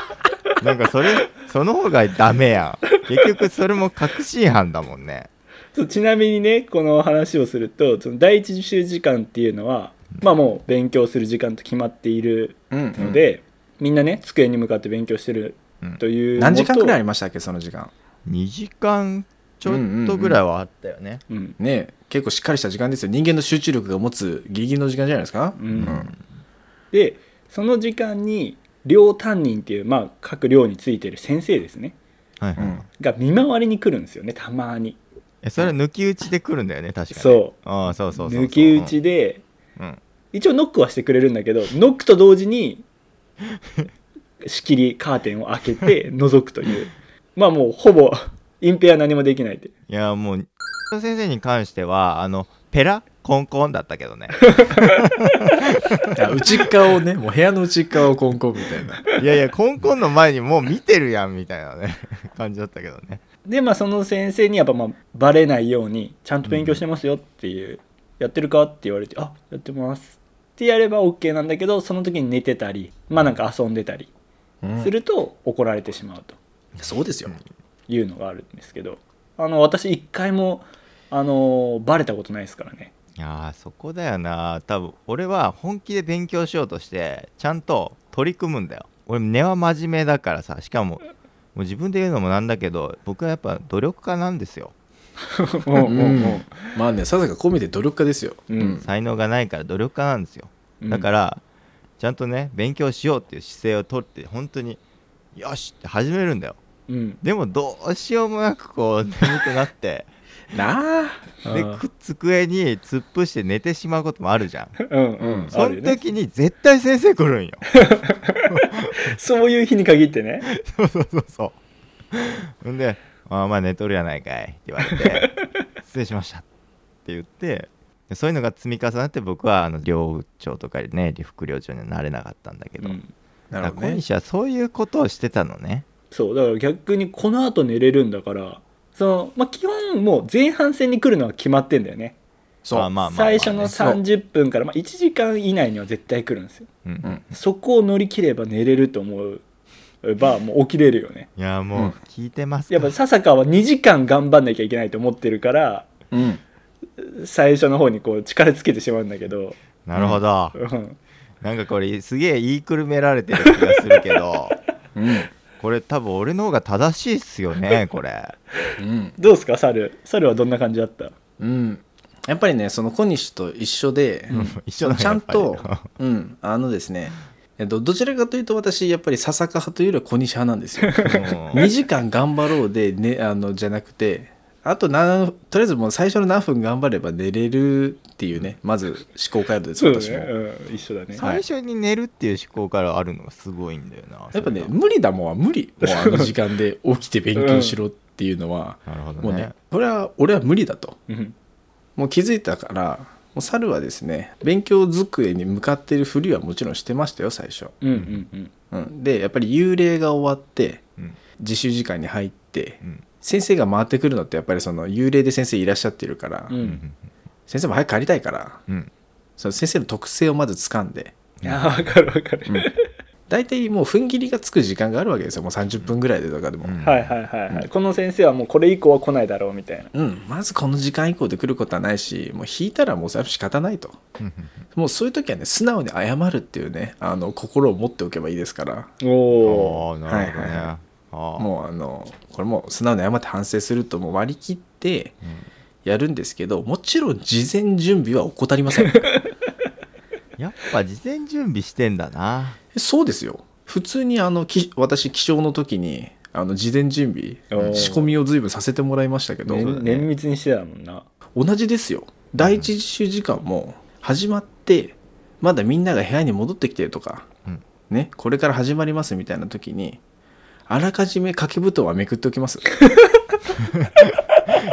Speaker 3: うなんかそれその方がダメやん結局それも確信犯だもんね
Speaker 1: そうちなみにねこの話をするとその第一週時間っていうのは、まあもう勉強する時間と決まっている
Speaker 2: うん
Speaker 1: ので、みんなね机に向かって勉強してる
Speaker 3: うん
Speaker 1: という、
Speaker 2: 何時間くらいあ
Speaker 1: い、
Speaker 2: りましたっけその時間
Speaker 3: 2時間ちょっとぐらいはあったよね、
Speaker 1: うん
Speaker 2: ねえ結構しっかりした時間ですよ人間の集中力が持つギリギリの時間じゃないですか
Speaker 1: うん
Speaker 2: うん
Speaker 1: でその時間に両担任っていう、まあ、各寮についてる先生ですね
Speaker 3: はいはい、
Speaker 2: うん
Speaker 1: が見回りに来るんですよねたまに
Speaker 3: えそれは抜き打ちで来るんだよね確かに
Speaker 1: そう
Speaker 3: ああそうそうそうそう
Speaker 1: 抜き打ちで
Speaker 3: うん、うん
Speaker 1: 一応ノックはしてくれるんだけどノックと同時にしきりカーテンを開け て覗くというまあもうほぼ隠蔽は何もできないって
Speaker 3: いやもう先生に関してはあのペラコンコンだったけどね
Speaker 2: いや内っ側をねもう部屋の内っ側をコンコンみたいない
Speaker 3: やいやコンコンの前にもう見てるやんみたいなね 感じだったけどね
Speaker 1: でまあその先生にやっぱまあバレないようにちゃんと勉強してますよっていう、やってるかって言われてあやってますってやれば OK なんだけどその時に寝てたりまあなんか遊んでたり
Speaker 2: うん
Speaker 1: すると怒られてしまうと
Speaker 2: そうですよ
Speaker 1: いうのがあるんですけどあの私一回もあのバレたことないですからね
Speaker 3: いやーそこだよな多分俺は本気で勉強しようとしてちゃんと取り組むんだよ俺根は真面目だからさしかももう自分で言うのもなんだけど僕はやっぱ努力家なんですよ
Speaker 1: うん
Speaker 2: う
Speaker 1: うんん
Speaker 2: うんまあねささか込めて努力家ですよ
Speaker 1: うん
Speaker 3: 才能がないから努力家なんですよ
Speaker 1: うん
Speaker 3: だから、ちゃんとね勉強しようっていう姿勢をとって本当によしって始めるんだよ
Speaker 1: うん
Speaker 3: でもどうしようもなくこう眠くなって
Speaker 2: なあ
Speaker 3: で
Speaker 1: あー
Speaker 3: く机に突っ伏して寝てしまうこともあるじゃん
Speaker 1: うん
Speaker 2: うん
Speaker 1: あ
Speaker 3: そ
Speaker 1: るよ
Speaker 3: の
Speaker 1: ね
Speaker 3: 時に絶対先生来るんよ
Speaker 1: そういう日に限ってね
Speaker 3: そうそうそうそうほんで「あーまあ寝とるやないかい」って言われて「失礼しました」って言ってでそういうのが積み重なって僕はあの寮長とかね副寮長にはなれなかったんだけど、
Speaker 1: うん
Speaker 2: なるほど
Speaker 3: 小
Speaker 2: ね
Speaker 3: 西はそういうことをしてたのね
Speaker 1: そうだから逆にこの後寝れるんだからその、まあ、基本もう前半戦に来るのは決まってんだよね
Speaker 2: そう
Speaker 3: あまあまあまあ
Speaker 1: 最初の
Speaker 2: そう
Speaker 1: 30分から、まあ、1時間以内には絶対来るんですよ
Speaker 3: うん
Speaker 2: うん
Speaker 1: そこを乗り切れば寝れると思えばもう起きれるよね
Speaker 3: いや
Speaker 2: う
Speaker 3: もうん聞いてます
Speaker 1: やっぱ笹川は2時間頑張んなきゃいけないと思ってるから
Speaker 2: うん
Speaker 1: 最初の方にこう力つけてしまうんだけど、
Speaker 3: なるほど、
Speaker 1: うん、
Speaker 3: なんかこれすげえ言いくるめられてる気がするけど
Speaker 2: うん
Speaker 3: これ多分俺の方が正しいっすよ ねこれ
Speaker 2: うん
Speaker 1: どうですか猿猿はどんな感じだった
Speaker 2: うんやっぱりねその小西と一緒で、
Speaker 3: 一緒だね
Speaker 2: ちゃんと
Speaker 3: やっぱ、
Speaker 2: うん、あのですね、えっと、どちらかというと私やっぱり笹か派というよりは小西派なんですよ
Speaker 3: りうん
Speaker 2: 2時間頑張ろうで、ね、あのじゃなくてあと何とりあえずもう最初の何分頑張れば寝れるっていうねまず思考回路です
Speaker 1: そうだ
Speaker 2: 私も、
Speaker 1: ね、うん、一緒だね
Speaker 3: 最初に寝るっていう思考からあるのがすごいんだよな
Speaker 2: やっぱね
Speaker 3: それ
Speaker 2: 無理だもんは無理もうあの時間で起きて勉強しろっていうのは、
Speaker 3: がなるほどね
Speaker 2: もうねこれは俺は無理だと
Speaker 1: うん
Speaker 2: もう気づいたからもう猿はですね勉強机に向かってるふりはもちろんしてましたよ最初、
Speaker 1: うんうんうん
Speaker 2: うん、でやっぱり幽霊が終わって
Speaker 3: うん
Speaker 2: 自習時間に入って
Speaker 3: うん
Speaker 2: 先生が回ってくるのってやっぱりその幽霊で先生いらっしゃってるから、
Speaker 1: う
Speaker 3: うんん
Speaker 2: 先生も早く帰りたいから
Speaker 3: うん
Speaker 2: その先生の特性をまず掴んで
Speaker 1: いやわかるわかる、
Speaker 2: 大体もう踏ん切りがつく時間があるわけですよもう30分ぐらいでとかでも、
Speaker 3: うん
Speaker 1: はいはいはいはい、この先生はもうこれ以降は来ないだろうみたいな
Speaker 2: うん、まずこの時間以降で来ることはないしもう引いたらもう仕方ないともうそういう時はね素直に謝るっていうねあの心を持っておけばいいですから
Speaker 1: おお
Speaker 3: おーなるほどね
Speaker 2: はいはい
Speaker 3: あー
Speaker 2: もうあのこれもう素直に謝って反省するともう割り切って
Speaker 3: うん
Speaker 2: やるんですけどもちろん事前準備は怠りません
Speaker 3: やっぱ事前準備してんだな
Speaker 2: そうですよ普通にあのき私起床の時にあの事前準
Speaker 1: おー
Speaker 2: 備仕込みを随分させてもらいましたけど、
Speaker 3: ねそうだ
Speaker 1: 綿密にしてたもんな
Speaker 2: 同じですよ第一実習時間も始まってまだみんなが部屋に戻ってきてるとか、
Speaker 3: うん
Speaker 2: ね、これから始まりますみたいな時にあらかじめ掛け布団はめくってお きます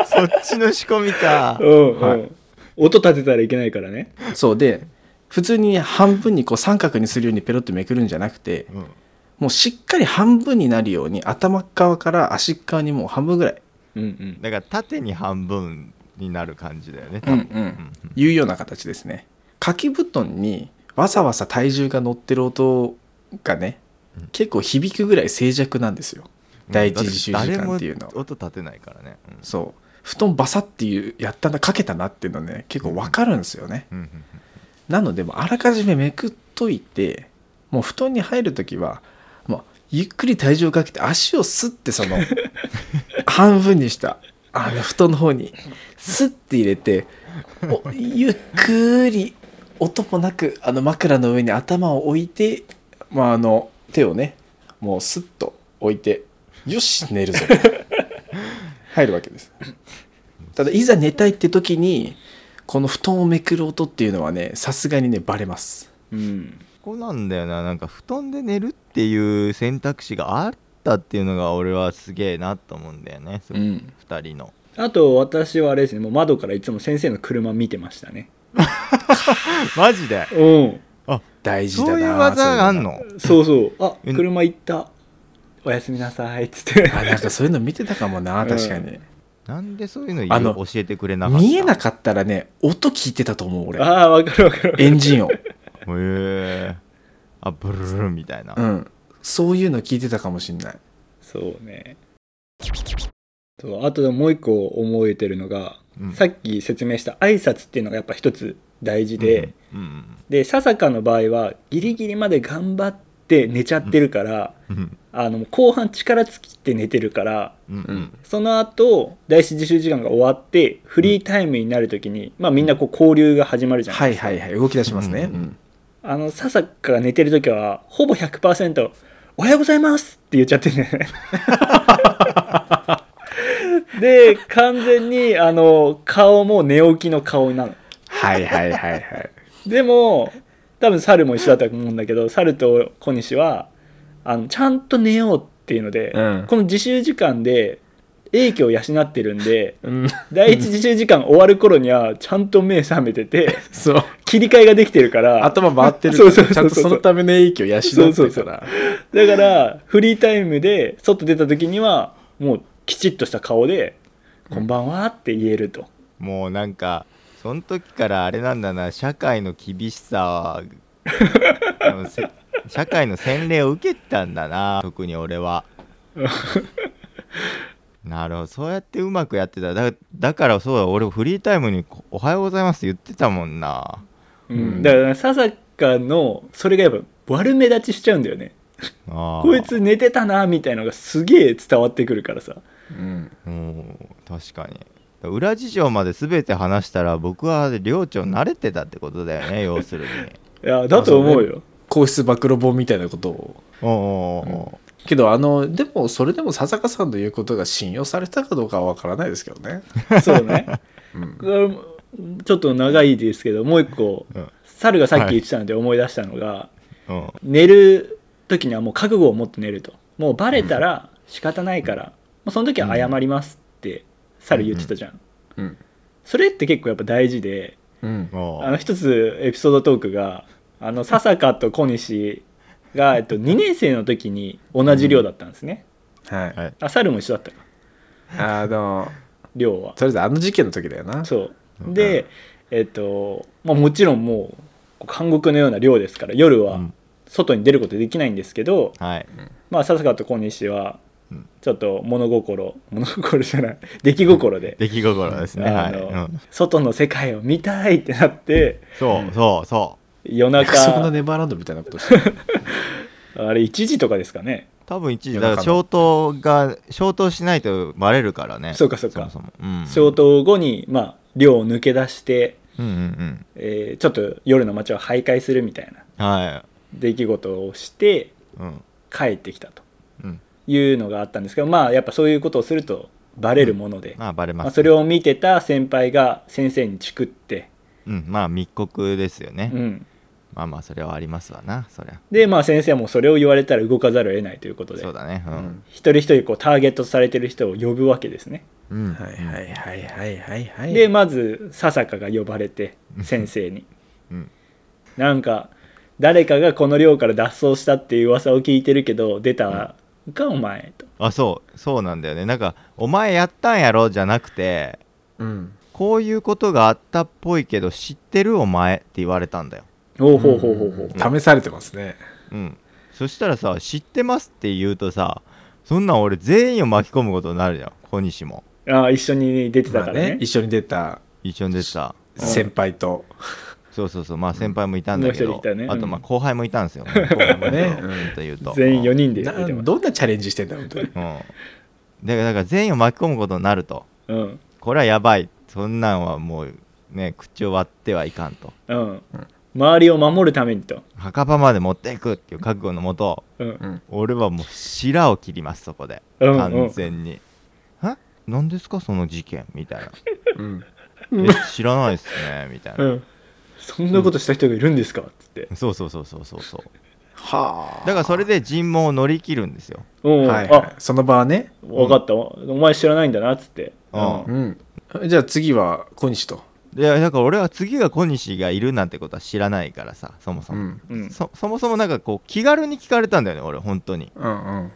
Speaker 3: そっちの仕込みか
Speaker 1: うんうん、
Speaker 2: はい
Speaker 1: 音立てたらいけないからね
Speaker 2: そうで普通に半分にこう三角にするようにペロッとめくるんじゃなくて
Speaker 3: うん
Speaker 2: もうしっかり半分になるように頭側から足側にもう半分ぐらい、
Speaker 1: うんうん
Speaker 3: だから縦に半分になる感じだよね
Speaker 2: うん
Speaker 3: 多
Speaker 2: う
Speaker 3: 分
Speaker 2: ん、いうような形ですね掛け布団にわざわざ体重が乗ってる音がね
Speaker 3: うん
Speaker 2: 結構響くぐらい静寂なんですよ第一次習時間っていうの
Speaker 3: 誰も音立てないからねうん
Speaker 2: そう布団バサッっていうやったなかけたなっていうのね結構わかるんですよね、
Speaker 3: うんうん
Speaker 2: なのでもうあらかじめめくっといてもう布団に入る時はもうゆっくり体重をかけて足をスッてその半分にしたあの布団の方にスッて入れておゆっくり音もなくあの枕の上に頭を置いて、まあ、あの手をねもうスッと置いてよし寝るぞ入るわけですただいざ寝たいって時にこの布団をめくる音っていうのはねさすがにねバレます
Speaker 1: うん
Speaker 3: ここなんだよななんか布団で寝るっていう選択肢があったっていうのが俺はすげえなと思うんだよね、そ
Speaker 2: ん
Speaker 3: 二人の
Speaker 1: あと私はあれですねもう窓からいつも先生の車見てましたね
Speaker 3: マジで
Speaker 1: うん
Speaker 2: 大事だな
Speaker 3: そういう技があん
Speaker 2: の
Speaker 3: の
Speaker 1: そうそうあ
Speaker 3: うん
Speaker 1: 車行ったおやすみなさいっつ って
Speaker 2: あなんかそういうの見てたかもな確かに、
Speaker 3: なんでそういうの
Speaker 2: あの
Speaker 3: 教えてくれなかった
Speaker 2: 見えな
Speaker 3: く
Speaker 2: かったらね音聞いてたと思う俺
Speaker 1: ああわかるわかる
Speaker 2: エンジン音、
Speaker 3: へえあブルルルみたいな、
Speaker 2: うん、そういうの聞いてたかもしんない
Speaker 1: そうねそうあとでももう一個思えてるのが、
Speaker 3: うん
Speaker 1: さっき説明した挨拶っていうのがやっぱ一つ大事で、
Speaker 3: うんうん
Speaker 1: で笹香の場合はギリギリまで頑張って寝ちゃってるから、
Speaker 3: うん
Speaker 1: あの後半力尽きて寝てるから
Speaker 3: うんうん
Speaker 1: その後第一自習時間が終わってフリータイムになる時に、まあみんなこう交流が始まるじゃない
Speaker 2: はいはいはい動き出しますね、
Speaker 3: うん
Speaker 2: うん
Speaker 1: あの、笹香が寝てるときは、ほぼ100%、おはようございますって言っちゃってるんだよね。で、完全に、あの、顔も寝起きの顔なの。
Speaker 2: はいはいはいはい
Speaker 1: でも、多分猿も一緒だったと思うんだけど、猿と小西は、あの、ちゃんと寝ようっていうので、
Speaker 2: うん
Speaker 1: この自習時間で、英気を養ってるんで、
Speaker 2: うん
Speaker 1: 第一自習時間終わる頃には、ちゃんと目覚めてて、
Speaker 2: そう
Speaker 1: 切り替えができてるから、
Speaker 2: 頭回ってる
Speaker 1: そう
Speaker 2: か
Speaker 1: そう
Speaker 2: ら
Speaker 1: そうそう
Speaker 2: ちゃんとそのための影響を養ってる
Speaker 1: そ
Speaker 2: から
Speaker 1: うそうそうだからフリータイムで外出た時にはもうきちっとした顔で「こんばんは」って言えると、
Speaker 3: もうなんかその時からあれなんだな社会の厳しさはあのせ 社会の洗礼を受けてたんだな特に俺はなるほどそうやってうまくやってただだからそうだ俺フリータイムに「おはようございます」って言ってたもんな
Speaker 1: うん
Speaker 2: うん
Speaker 1: だからささかのそれがやっぱ悪目立ちしちゃうんだよね
Speaker 3: あー
Speaker 1: こいつ寝てたなみたいのがすげえ伝わってくるからさ
Speaker 2: うん
Speaker 3: うん確かに裏事情まで全て話したら僕は寮長慣れてたってことだよね要する に
Speaker 1: いやだと思うよ
Speaker 2: 皇室暴露本みたいなことを
Speaker 3: おうおうおう
Speaker 2: けどあのでもそれでも笹香さんの言うことが信用されたかどうかは分からないですけどね、
Speaker 1: そうね
Speaker 2: うん、
Speaker 1: うん ちょっと長いですけどもう一個、
Speaker 3: うん
Speaker 1: 猿がさっき言ってたので思い出したのが、
Speaker 3: うんうん
Speaker 1: 寝る時にはもう覚悟を持って寝るともうバレたら仕方ないから、もうその時は謝りますって猿言ってたじゃん、
Speaker 2: うん
Speaker 1: それって結構やっぱ大事で
Speaker 2: うん
Speaker 3: おう
Speaker 1: あの一つエピソードトークがあの笹香と小西が、えっと、2年生の時に同じ寮だったんですね、
Speaker 2: はい
Speaker 1: あ猿も一緒だったか
Speaker 2: あーでも
Speaker 1: 量は
Speaker 2: とりあえずあの事件の時だよな
Speaker 1: そうでえっと、まあ、もちろんもう監獄のような量ですから夜
Speaker 3: う
Speaker 1: は
Speaker 3: ん
Speaker 1: 外に出ることできないんですけど、
Speaker 3: はい
Speaker 1: まあ笹川と小西は
Speaker 3: うん
Speaker 1: ちょっと物心物心じゃない 出来心で
Speaker 3: 出来心ですねは
Speaker 1: あ
Speaker 3: い、
Speaker 1: の
Speaker 3: うん、
Speaker 1: 外の世界を見たいってなって
Speaker 3: そうそう そ
Speaker 1: 夜
Speaker 2: 約束の
Speaker 1: 中
Speaker 2: ネバーランドみたいなことしてる
Speaker 1: あれ1時とかですかね
Speaker 3: う多分一時
Speaker 2: 夜中
Speaker 3: だ
Speaker 2: の
Speaker 3: から消灯が消灯しないとバレるからね
Speaker 1: そうかそうか
Speaker 3: もそも、うん、
Speaker 1: 消灯後にまあ寮を抜け出して、
Speaker 3: うんうん
Speaker 1: えーちょっと夜の街を徘徊するみたいな
Speaker 3: うんは
Speaker 1: 出来事をして
Speaker 3: いうん
Speaker 1: 帰ってきたと
Speaker 3: うん
Speaker 1: いうのがあったんですけどまあやっぱそういうことをするとバレるもので、
Speaker 3: まあバレます、
Speaker 1: まあ、それを見てた先輩が先生にチクって、
Speaker 3: うんまあ密告ですよね、
Speaker 1: うん、
Speaker 3: まあまあそれはありますわなそりゃ
Speaker 1: でまあ先生もそれを言われたら動かざるを得ないということで
Speaker 3: そうだねう
Speaker 2: うんん、
Speaker 1: 一人一人こうターゲットされてる人を呼ぶわけですね、
Speaker 3: うん
Speaker 2: はいはいはいはいはいはい
Speaker 1: でまず笹香が呼ばれて先生に
Speaker 3: うん
Speaker 1: なんか誰かがこの寮から脱走したっていう噂を聞いてるけど出たかお前と
Speaker 3: あそうそうなんだよねなんか「お前やったんやろ」じゃなくて
Speaker 2: うん
Speaker 3: こういうことがあったっぽいけど知ってるお前って言われたんだよ
Speaker 1: ほうほうほうほうほう
Speaker 2: 試されてますね
Speaker 3: うんそしたらさ知ってますって言うとさそんなん俺全員を巻き込むことになるじゃん小西も
Speaker 1: ああ一緒に出てた
Speaker 2: ま
Speaker 1: か
Speaker 2: あ
Speaker 1: ら
Speaker 2: ね
Speaker 1: ね,、
Speaker 2: 一緒に出た
Speaker 3: 一緒に出てた
Speaker 2: 先輩と
Speaker 3: そうそうそうまあ先輩もいたんだけ
Speaker 1: もう
Speaker 3: ど
Speaker 1: 一人いたねうん
Speaker 3: あとまあ後輩もいた んですよ後輩
Speaker 2: もねうん
Speaker 3: と言うと
Speaker 1: 全員4人で
Speaker 2: な
Speaker 1: 出てます
Speaker 2: どんなチャレンジしてんだ本当に
Speaker 3: うんだからだから全員を巻き込むことになると
Speaker 1: うん
Speaker 3: これはやばいそんなんはもうね口を割ってはいかんと
Speaker 1: うん周りを守るためにと、
Speaker 3: 墓場まで持っていくっていう覚悟のもと
Speaker 1: うん、
Speaker 3: 俺はもう白を切りますそこで
Speaker 1: うんうん
Speaker 3: 完全に「え何ですかその事件」みたいな
Speaker 2: うん
Speaker 3: 「え知らないっすね」みたいうなん
Speaker 1: そんなことした人がいるんですかっつって、
Speaker 3: そうそうそうそうそうそう
Speaker 2: はあ
Speaker 3: だからそれで尋問を乗り切るんですよ
Speaker 1: うん
Speaker 2: はいはい
Speaker 1: あ
Speaker 2: その場はね
Speaker 1: 分かった、お前知らないんだなっつって、
Speaker 3: うん
Speaker 2: うんじゃあ次は小西と
Speaker 3: いやだから俺は次が小西がいるなんてことは知らないからさそもそうも
Speaker 2: ん
Speaker 1: うん
Speaker 3: そそもそもなんかこう気軽に聞かれたんだよね俺本当に
Speaker 2: うんうん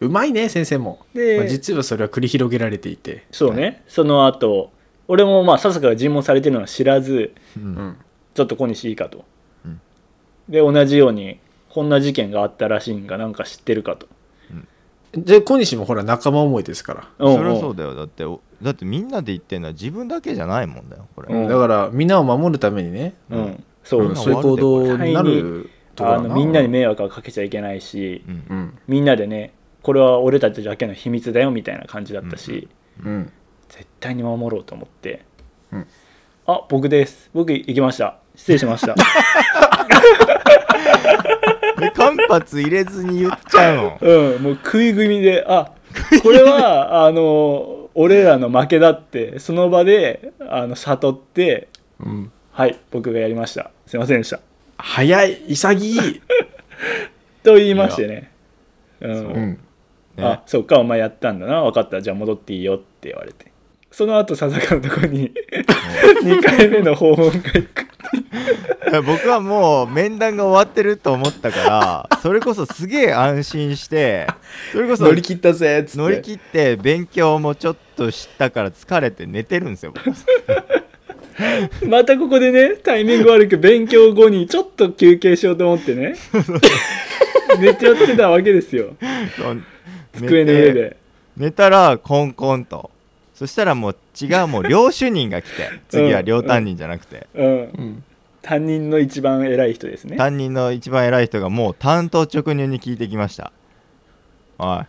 Speaker 2: うまいね先生も
Speaker 1: で
Speaker 2: まあ実はそれは繰り広げられていて
Speaker 1: そうね、その後俺もまあ笹香が尋問されてるのは知らず
Speaker 3: うん
Speaker 2: うん
Speaker 1: ちょっと小西いいかと、
Speaker 3: うん
Speaker 1: で同じようにこんな事件があったらしいんがなんか知ってるかと
Speaker 2: じゃあ小西もほら仲間思いですから
Speaker 1: んん
Speaker 3: そりゃそうだよだっておだってみんなで言ってんのは自分だけじゃないもんだよこれ、
Speaker 1: うん
Speaker 2: だからみんなを守るためにね
Speaker 1: うんそう、
Speaker 2: うんそういう行動になるところ
Speaker 1: あ
Speaker 2: だ
Speaker 1: のみんなに
Speaker 2: ね
Speaker 1: 迷惑はかけちゃいけないし、
Speaker 3: うん
Speaker 2: うん
Speaker 1: みんなでねこれは俺たちだけの秘密だよみたいな感じだったし、
Speaker 2: うん
Speaker 1: 絶対に守ろうと思って、
Speaker 2: うん
Speaker 1: あ僕です僕行きました失礼しま した
Speaker 3: で間髪入れずに言っちゃうの
Speaker 1: うんもう食い気味であこれはあの俺らの負けだってその場であの悟って
Speaker 2: うん
Speaker 1: はい僕がやりましたすいませんでした
Speaker 2: 早い潔い
Speaker 1: と言いましてねうん
Speaker 2: うん
Speaker 3: ね
Speaker 1: あそっかお前やったんだな分かったじゃあ戻っていいよって言われてその後笹川のとこに 2回目の訪問会行く
Speaker 3: 僕はもう面談が終わってると思ったからそれこそすげえ安心してそれこそ
Speaker 2: 乗り切ったぜっつって
Speaker 3: 乗り切って勉強もちょっとしたから疲れて寝てる んですよ僕
Speaker 1: またここでねタイミング悪く勉強後にちょっと休憩しようと思って ね寝ちゃってたわけですよ
Speaker 3: そう
Speaker 1: 机の上
Speaker 3: 寝て
Speaker 1: で
Speaker 3: 寝たらコンコンとそしたらもう違うもう両主任が来 て次は両担任じゃなくて、
Speaker 1: うん
Speaker 2: うん
Speaker 1: 担任の一番偉い人ですね
Speaker 3: 担任の一番偉い人がもう担当直入に聞いてきましたおい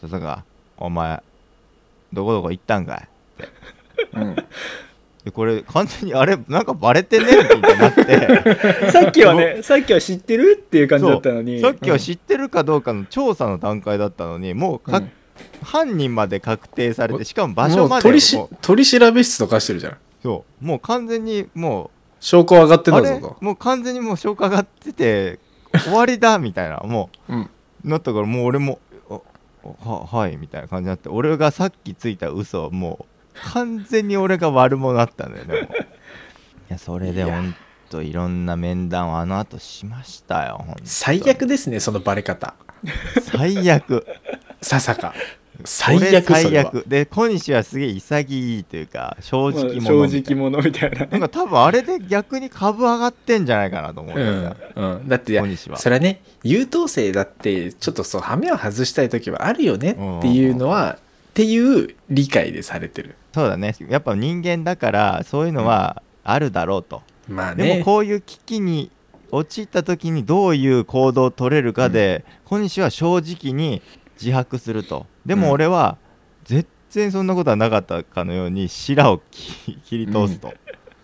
Speaker 3: 笹川お前どこどこ行ったんかい
Speaker 2: うん
Speaker 3: でこれ完全にあれなんかバレてねえってなって
Speaker 1: さっきはねさっきは知ってるっていう 感じだったのに
Speaker 3: そうさっきは知ってるかどうかの調査の段階だったのにもうか、
Speaker 2: うん
Speaker 3: 犯人まで確定されてしかも場所
Speaker 2: も
Speaker 3: までも
Speaker 2: う取
Speaker 3: う
Speaker 2: りし取り調べ室とかしてるじゃん
Speaker 3: そうもう完全にもう
Speaker 2: 証拠上がってん
Speaker 3: あ
Speaker 2: だ
Speaker 3: れ
Speaker 2: ぞと
Speaker 3: もう完全にもう消化上がってて終わりだみたいなも
Speaker 2: うん
Speaker 3: うなったからもう俺もあははいみたいな感じになって俺がさっきついた嘘はもう完全に俺が悪者だったんだよねもうい やそれで
Speaker 2: いや
Speaker 3: ほんといろんな面談をあの後しましたよほんと
Speaker 2: 最悪ですねそのバレ方
Speaker 3: 最悪
Speaker 2: ささか最悪
Speaker 3: 俺
Speaker 2: そ
Speaker 3: 最
Speaker 2: れは
Speaker 3: 悪で小西はすげえ潔いというか正
Speaker 1: まあ
Speaker 3: 直者
Speaker 1: 正
Speaker 3: みたい
Speaker 1: 直者みたいな
Speaker 3: ななんか多分あれで逆に株上がってんじゃないかなと思う、
Speaker 2: うんうん、だっていや
Speaker 3: 小西は
Speaker 2: それはね優等生だってちょっとそうハメを外したい時はあるよねっていうのはっていう理解でされてる
Speaker 3: そうだねやっぱ人間だからそういうのはあるだろうと、
Speaker 2: まあ
Speaker 3: で
Speaker 2: ね
Speaker 3: もこういう危機に陥った時にどういう行動を取れるかで、小西は正直に自白するとで
Speaker 2: うん
Speaker 3: も俺は絶対そんなことはなかったかのように白を切切り通すと、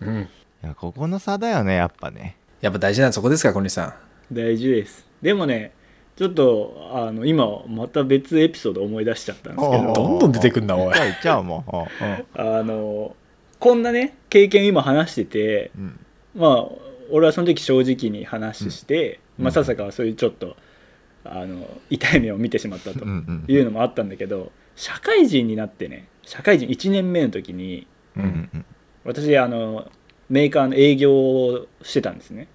Speaker 2: うん、
Speaker 3: いやここの差だよねやっぱね
Speaker 2: やっぱ大事なのはそこですか小西さん
Speaker 1: 大事ですでもねちょっとあの今また別エピソード思い出しちゃったんですけど
Speaker 2: おうどんどん出てくんなおい
Speaker 3: じゃあ行っちゃおうもうおう
Speaker 1: あのこんなね経験今話してて
Speaker 3: うん
Speaker 1: まあ俺はその時正直に話して、
Speaker 3: うん
Speaker 1: まあ、笹香はそういうちょっとあの痛い目を見てしまったと
Speaker 3: うんうん
Speaker 1: いうのもあったんだけど社会人になってね社会人1年目の時に
Speaker 3: うんうん
Speaker 1: 私あのメーカーの営業をしてたんですね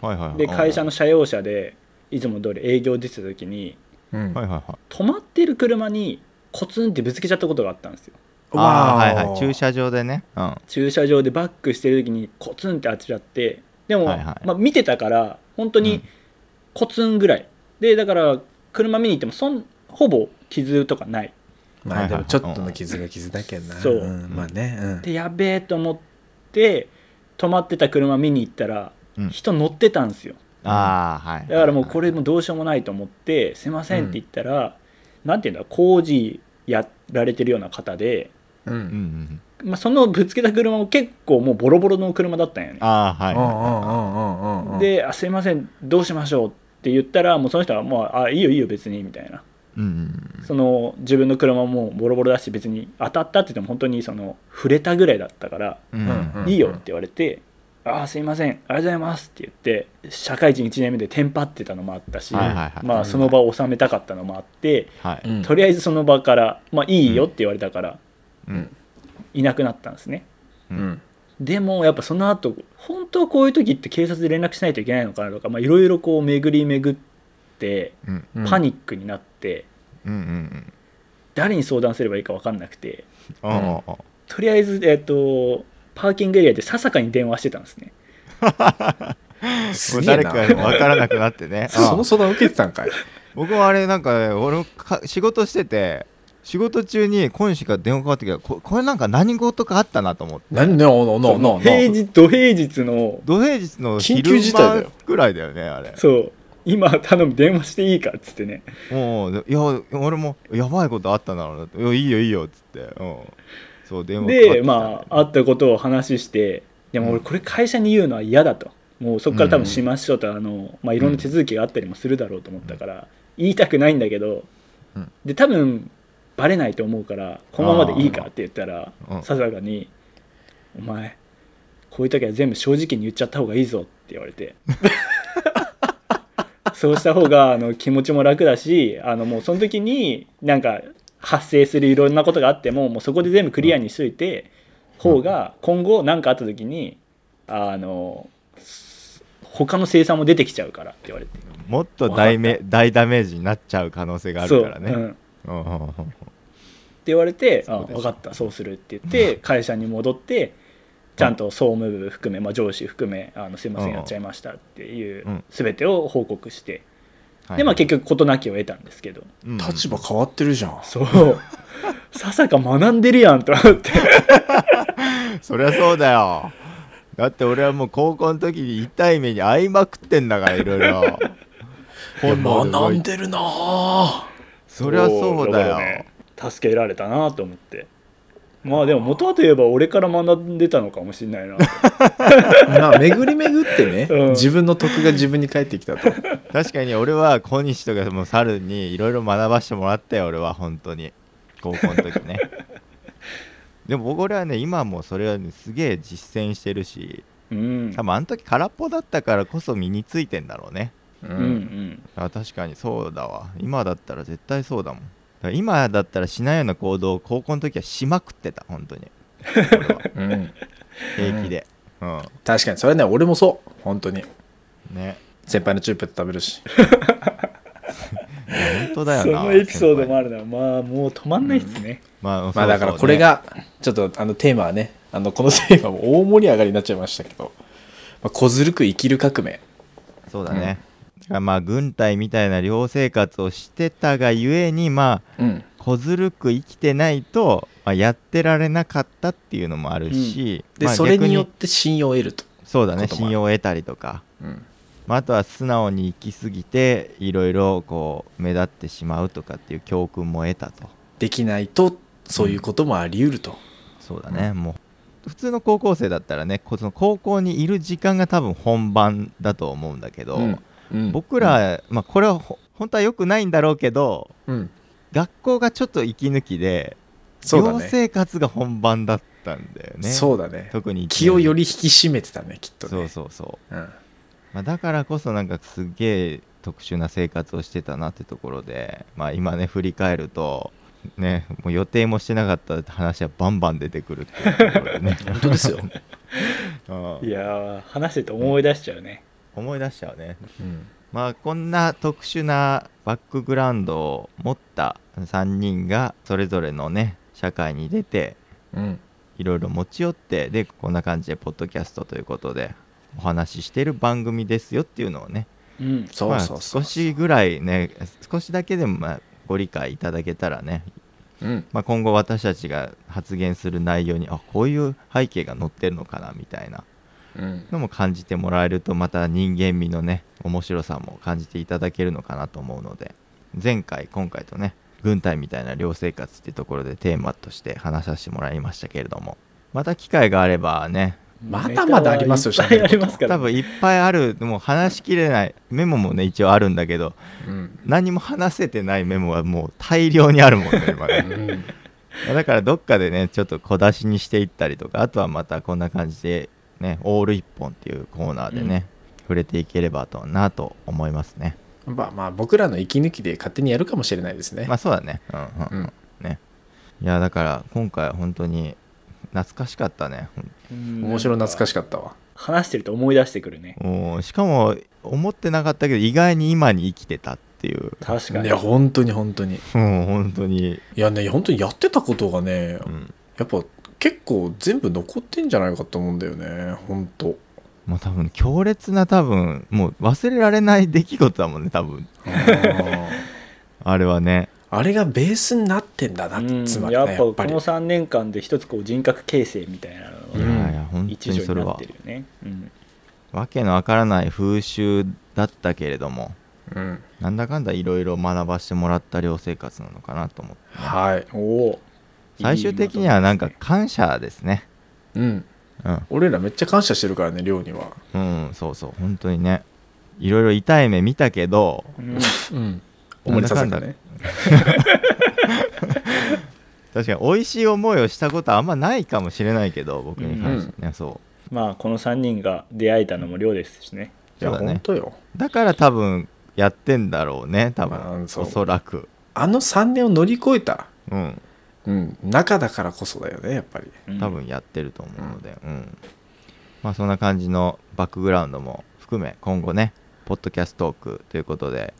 Speaker 3: はいはいはい
Speaker 1: で会社の社用車でいつも通り営業出てた時に
Speaker 2: うん
Speaker 3: はいはいはい
Speaker 1: 止まってる車にコツンってぶつけちゃったことがあったんですよ
Speaker 3: あ
Speaker 2: わ
Speaker 3: ー
Speaker 2: ー
Speaker 3: はいはい駐車場でねうん
Speaker 1: 駐車場でバックしてる時にコツンって当てちゃってでも、
Speaker 3: はいはい
Speaker 1: まあ、見てたから本当
Speaker 3: う
Speaker 1: に
Speaker 3: ん
Speaker 1: コツンぐらい、でだから車見に行ってもそんほぼ傷とかない
Speaker 2: まあでもちょっとの傷が傷だけどな、
Speaker 1: そうん
Speaker 2: まあね、うん
Speaker 1: でやべえと思って止まってた車見に行ったら、
Speaker 3: うん
Speaker 1: 人乗ってたんですよ
Speaker 3: ああはい
Speaker 1: だからもうこれもどうしようもないと思って「すいません」って言ったら、なんていうんだ工事やられてるような方で、
Speaker 2: う、
Speaker 3: うんうんん
Speaker 1: まあ、そのぶつけた車も結構もうボロボロの車だったんよね
Speaker 3: ああはい
Speaker 2: うんう
Speaker 3: は
Speaker 2: んうんうんうん
Speaker 1: であ「すいませんどうしましょう」って言ったらもうその人はもう「あいいよいいよ別に」みたいない
Speaker 3: うんうん
Speaker 1: その自分の車もボロボロだし別に当たったって言っても本当にその触れたぐらいだったから
Speaker 3: うんうんう
Speaker 1: 「
Speaker 3: ん
Speaker 1: いいよ」って言われて「あーすいませんありがとうございます」って言って社会人1年目でテンパってたのもあったし、
Speaker 3: はいはいはい
Speaker 1: まあ、その場を収めたかったのもあって、
Speaker 3: はい
Speaker 2: うん
Speaker 1: とりあえずその場から「まあ、いいよ」って言われたから
Speaker 3: うん
Speaker 1: いなくなったんですね。
Speaker 2: うん
Speaker 1: でもやっぱその後本当はこういう時って警察で連絡しないといけないのかなとかまあいろいろこう巡り巡って
Speaker 3: うん
Speaker 2: うん
Speaker 1: パニックになって、
Speaker 3: うんうん
Speaker 1: 誰に相談すればいいか分かんなくて
Speaker 3: うんおうおうおう
Speaker 1: とりあえず、えっとパーキングエリアでささかに電話してたんですね
Speaker 2: すげえ
Speaker 3: 誰
Speaker 2: な
Speaker 3: か分からなくなってね
Speaker 2: その
Speaker 3: うん
Speaker 2: 相談受けてたんかい
Speaker 3: 僕もあれなんかね俺もか仕事してて仕事中に小西から電話かかってきたここれなんか何事かあったなと思って
Speaker 2: 何ねおのおのおのおの
Speaker 1: 平日土平日の
Speaker 3: 土平日の
Speaker 2: 緊急
Speaker 3: 昼
Speaker 2: 事態だよ
Speaker 3: 間くらいだよねあれ
Speaker 1: そう今頼む電話していいかっつってね
Speaker 3: おうおういや俺もやばいことあったんだろうなっていやいいよいいよっつってうんそう電
Speaker 1: で
Speaker 3: 話かかってきたんだよね
Speaker 1: まああったことを話してでも俺これ会社に言うのは嫌だともうそこから多分しましょうと、あのまあ、いろんな手続きがあったりもするだろうと思ったから、言いたくないんだけど、
Speaker 3: うん
Speaker 1: で多分バレないと思うからこのままでいいかって言ったら
Speaker 3: あーうん
Speaker 1: ささかに「お前こういう時は全部正直に言っちゃった方がいいぞ」って言われてそうした方があの気持ちも楽だしあのもうその時になんか発生するいろんなことがあってももうそこで全部クリアにしといて方が今後何かあった時にあのす他の生産も出てきちゃうからって言われて
Speaker 3: もっと大め大ダメージになっちゃう可能性があるからね。
Speaker 1: そうううんん
Speaker 3: うんうんうん
Speaker 1: って言われて「
Speaker 3: そう
Speaker 1: あ
Speaker 3: でしょ
Speaker 1: 分かったそうする」って言って会社に戻ってちゃんと総務部含め、まあ、上司含め「あのすいません
Speaker 3: うん
Speaker 1: やっちゃいました」っていう
Speaker 3: うん
Speaker 1: 全てを報告して、
Speaker 3: はい
Speaker 1: でまあ結局事なきを得たんですけど
Speaker 3: うん
Speaker 2: 立場変わってるじゃん
Speaker 1: そうささか学んでるやんと思って
Speaker 3: そりゃそうだよ。だって俺はもう高校の時に痛い目に遭いまくってんだからいろい ろ。
Speaker 2: い
Speaker 3: 能
Speaker 2: や
Speaker 3: で動
Speaker 2: 学
Speaker 3: い
Speaker 2: んでるなあ
Speaker 3: そりゃそうだよ。
Speaker 1: から助けられたなと思ってまあでも元はといえば俺から学んでたのかもしれないな
Speaker 2: まあ巡り巡って ね、
Speaker 1: うん
Speaker 2: 自分の徳が自分に返ってきたと
Speaker 3: 確かに俺は小西とかも猿にいろいろ学ばしてもらったよ俺は本当に高校の時 ねでも僕俺はね今もそれはねすげえ実践してるし
Speaker 1: うん
Speaker 3: 多分あの時空っぽだったからこそ身についてんだろうね
Speaker 2: う
Speaker 1: うんうん
Speaker 3: あ確かにそうだわ今だったら絶対そうだもんだから今だったらしないような行動を高校の時はしまくってた本当に
Speaker 2: うん
Speaker 3: 平気でうん、
Speaker 2: 確かにそれはね俺もそう本当に
Speaker 3: ね
Speaker 2: 先輩のチューペット食べるし
Speaker 3: いや本当だよ
Speaker 1: そ
Speaker 3: な
Speaker 1: のエピソードもあるなまあもう止まんないっすね、
Speaker 3: まあそうそ
Speaker 2: ま
Speaker 3: う
Speaker 2: あ
Speaker 3: ね
Speaker 2: だからこれがちょっとあのテーマはねあのこのテーマも大盛り上がりになっちゃいましたけど、まあ、小ずるく生きる革命
Speaker 3: そうだね、だからまあ軍隊みたいな寮生活をしてたがゆえにまあ
Speaker 2: うん
Speaker 3: 小ずるく生きてないと、まあ、やってられなかったっていうのもあるし、
Speaker 2: で、
Speaker 3: まあ
Speaker 2: それ
Speaker 3: 逆
Speaker 2: によって信用を得ると、
Speaker 3: そうだね
Speaker 2: こともあ
Speaker 3: 信
Speaker 2: る
Speaker 3: 用を得たりとか、
Speaker 2: うん
Speaker 3: まあ、あとは素直に生きすぎていろいろこう目立ってしまうとかっていう教訓も得たと
Speaker 2: できないとそういうこともあり得ると、
Speaker 3: そうだね、もう普通の高校生だったらねこその高校にいる時間が多分本番だと思うんだけど、
Speaker 2: うん
Speaker 3: 僕、ら、まあ、これはほ本当は良くないんだろうけど
Speaker 2: うん、
Speaker 3: 学校がちょっと息抜きで、
Speaker 2: そうだ
Speaker 3: 寮
Speaker 2: ね
Speaker 3: 生活が本番だったんだよね
Speaker 2: そうだね
Speaker 3: 特に
Speaker 2: 気をよ
Speaker 3: り
Speaker 2: り引き締めてたねきっとね
Speaker 3: そうそうそう
Speaker 2: うん
Speaker 3: まあ、だからこそなんかすげえ特殊な生活をしてたなってところで、まあ、今ね振り返ると、ね、もう予定もしてなかった話はバンバン出てくるっていうところでね
Speaker 2: 本当ですよ、
Speaker 3: うん
Speaker 1: いやー話してて思い出しちゃうね、
Speaker 3: 思い出しちゃうね、
Speaker 2: うん
Speaker 3: まあ、こんな特殊なバックグラウンドを持った3人がそれぞれのね社会に出て
Speaker 2: うん、
Speaker 3: いろいろ持ち寄ってでこんな感じでポッドキャストということでお話ししてる番組ですよっていうのをね
Speaker 1: うん
Speaker 2: そうそうそ
Speaker 3: まあ、少
Speaker 2: う、
Speaker 3: しぐらいね少しだけでもまあご理解いただけたらね、
Speaker 2: うん、
Speaker 3: まあ、今後私たちが発言する内容にあこういう背景が載ってるのかなみたいな
Speaker 2: うん、
Speaker 3: のも感じてもらえるとまた人間味のね面白さも感じていただけるのかなと思うので前回今回とね軍隊みたいな寮生活っていうところでテーマとして話させてもらいましたけれどもまた機会があればね
Speaker 2: まだまだありますよ
Speaker 1: ネタはいっぱいありますから
Speaker 3: 多分いっぱいあるもう話しきれないメモもね一応あるんだけど
Speaker 2: うん
Speaker 3: 何も話せてないメモはもう大量にあるもんね今 ねだからどっかでねちょっと小出しにしていったりとかあとはまたこんな感じでねオール一本っていうコーナーでね、触れていければとなと思いますね
Speaker 2: まあまあ僕らの息抜きで勝手にやるかもしれないですね、
Speaker 3: まあそうだねうんうん、うん、ねいやだから今回は本当に懐かしかったね
Speaker 2: うん、面白い懐か
Speaker 1: しい
Speaker 2: しかったわ
Speaker 1: 話してると思い出してくるね
Speaker 3: うんしかも思ってなかったけど意外に今に生きてたっていう
Speaker 1: 確か
Speaker 2: い
Speaker 1: に
Speaker 2: や本当に本当にい
Speaker 3: うん本当に、
Speaker 2: やね本当にやってたことがね
Speaker 3: うん、
Speaker 2: やっぱ結構全部残ってんじゃないかと思うんだよね本当
Speaker 3: もう多分強烈な多分もう忘れられない出来事だもんね多分あれはね
Speaker 2: あれがベースになってんだな
Speaker 1: うん
Speaker 2: つまりね
Speaker 1: やっぱ
Speaker 2: や
Speaker 1: こ
Speaker 2: っぱり
Speaker 1: の3年間で一つこう人格形成みたいなの
Speaker 3: い
Speaker 2: うん
Speaker 1: の
Speaker 3: やいや本当
Speaker 1: 一
Speaker 3: に
Speaker 1: 助
Speaker 3: そ
Speaker 1: に
Speaker 3: れ
Speaker 1: なっ
Speaker 3: は
Speaker 1: てるよね、うん
Speaker 3: わけのわからない風習だったけれども
Speaker 2: うん
Speaker 3: なんだかんだいろいろ学ばしてもらった寮生活なのかなと思って
Speaker 2: はい
Speaker 1: おお
Speaker 3: 最終的にはなんか感謝ですね
Speaker 2: うん
Speaker 3: うん
Speaker 2: 俺らめっちゃ感謝してるからね寮には
Speaker 3: うんそうそう本当にねいろいろ痛い目見たけど
Speaker 1: うん
Speaker 2: うん思い出させたね
Speaker 3: 確かに美味しい思いをしたことはあんまないかもしれないけど僕に関してね、そ
Speaker 1: まあこの3人が出会えたのも量ですしね
Speaker 2: い
Speaker 3: な
Speaker 2: や
Speaker 3: んだそうだね
Speaker 2: 本当よ
Speaker 3: うだから多分やってんだろうね多分、
Speaker 2: まあそう
Speaker 3: おそらく
Speaker 2: あの3年を乗り越えた
Speaker 3: うん
Speaker 2: うん中だからこそだよねやっぱり
Speaker 1: うん
Speaker 3: 多分やってると思うので、うんまあ、そんな感じのバックグラウンドも含め今後ねポッドキャストトークということで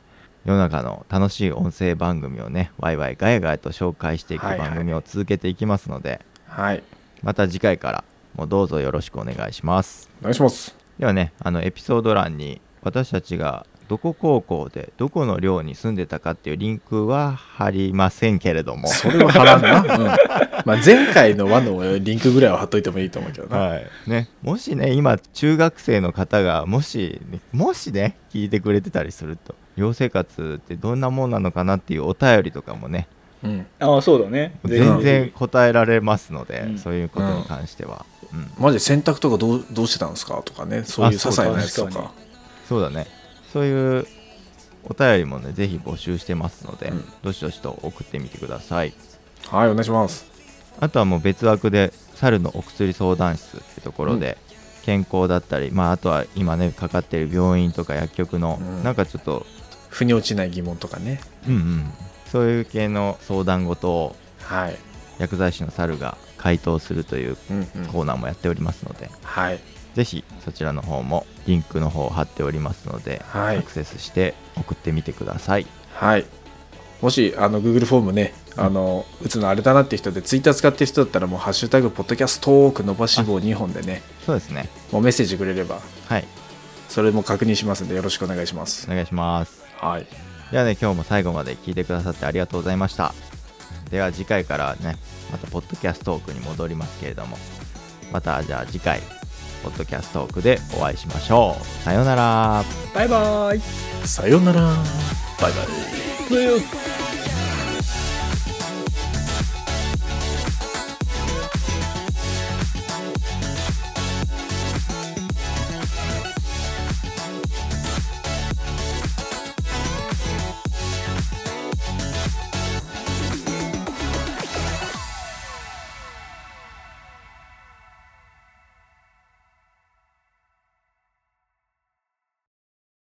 Speaker 3: 世の中の楽しい音声番組をねワイワイガヤガヤと紹介していく
Speaker 2: はいはい
Speaker 3: 番組を続けていきますので、
Speaker 2: はい
Speaker 3: また次回からもどうぞよろしくお願いします
Speaker 2: お願いします
Speaker 3: ではねあのエピソード欄に私たちがどこ高校でどこの寮に住んでたかっていうリンクは貼りませんけれど も
Speaker 2: それは払んな、うんまあ、前回の和のリンクぐらいは貼っといてもいいと思うけどな、
Speaker 3: はいね、もしね今中学生の方がもしねもしね聞いてくれてたりすると寮生活ってどんなもんなのかなっていうお便りとかもね
Speaker 2: うん、
Speaker 1: ああそうだね
Speaker 3: 全然答えられますので、
Speaker 1: うん
Speaker 3: そういうことに関しては、うん
Speaker 2: マジで洗濯とかどうどうしてたんですかとかねそういう些細なやつと
Speaker 1: あそう
Speaker 2: か
Speaker 1: 確
Speaker 3: そうだねそういうお便りもねぜひ募集してますので、
Speaker 2: うん
Speaker 3: どしどしと送ってみてください
Speaker 2: はいお願いします
Speaker 3: あとはもう別枠で猿のお薬相談室ってところで、健康だったり、まあ、あとは今ねかかってる病院とか薬局の、
Speaker 2: うん
Speaker 3: なんかちょっと
Speaker 2: 腑に落ちない疑問とかね
Speaker 3: うんうん、そういう系の相談事を
Speaker 2: はい、
Speaker 3: 薬剤師の猿が回答するという
Speaker 2: うんうん
Speaker 3: コーナーもやっておりますので、
Speaker 2: はい
Speaker 3: ぜひそちらの方もリンクの方を貼っておりますので、
Speaker 2: はい
Speaker 3: アクセスして送ってみてください
Speaker 2: はいもしあの Google フォームねあの打つのあれだなって人で Twitter 使ってる人だったらもう「ハッシュタグポッドキャストトーク伸ばし棒2本」でね
Speaker 3: そうですね
Speaker 2: もうメッセージくれれば
Speaker 3: はい
Speaker 2: それも確認しますんでよろしくお願いします
Speaker 3: お願いします
Speaker 2: はい
Speaker 3: ではね今日も最後まで聞いてくださってありがとうございましたでは次回からねまたポッドキャストトークに戻りますけれどもまたじゃあ次回ポッドキャストトークでお会いしましょうさようなら
Speaker 1: バイバイ
Speaker 2: さようならバイバイ
Speaker 1: ブー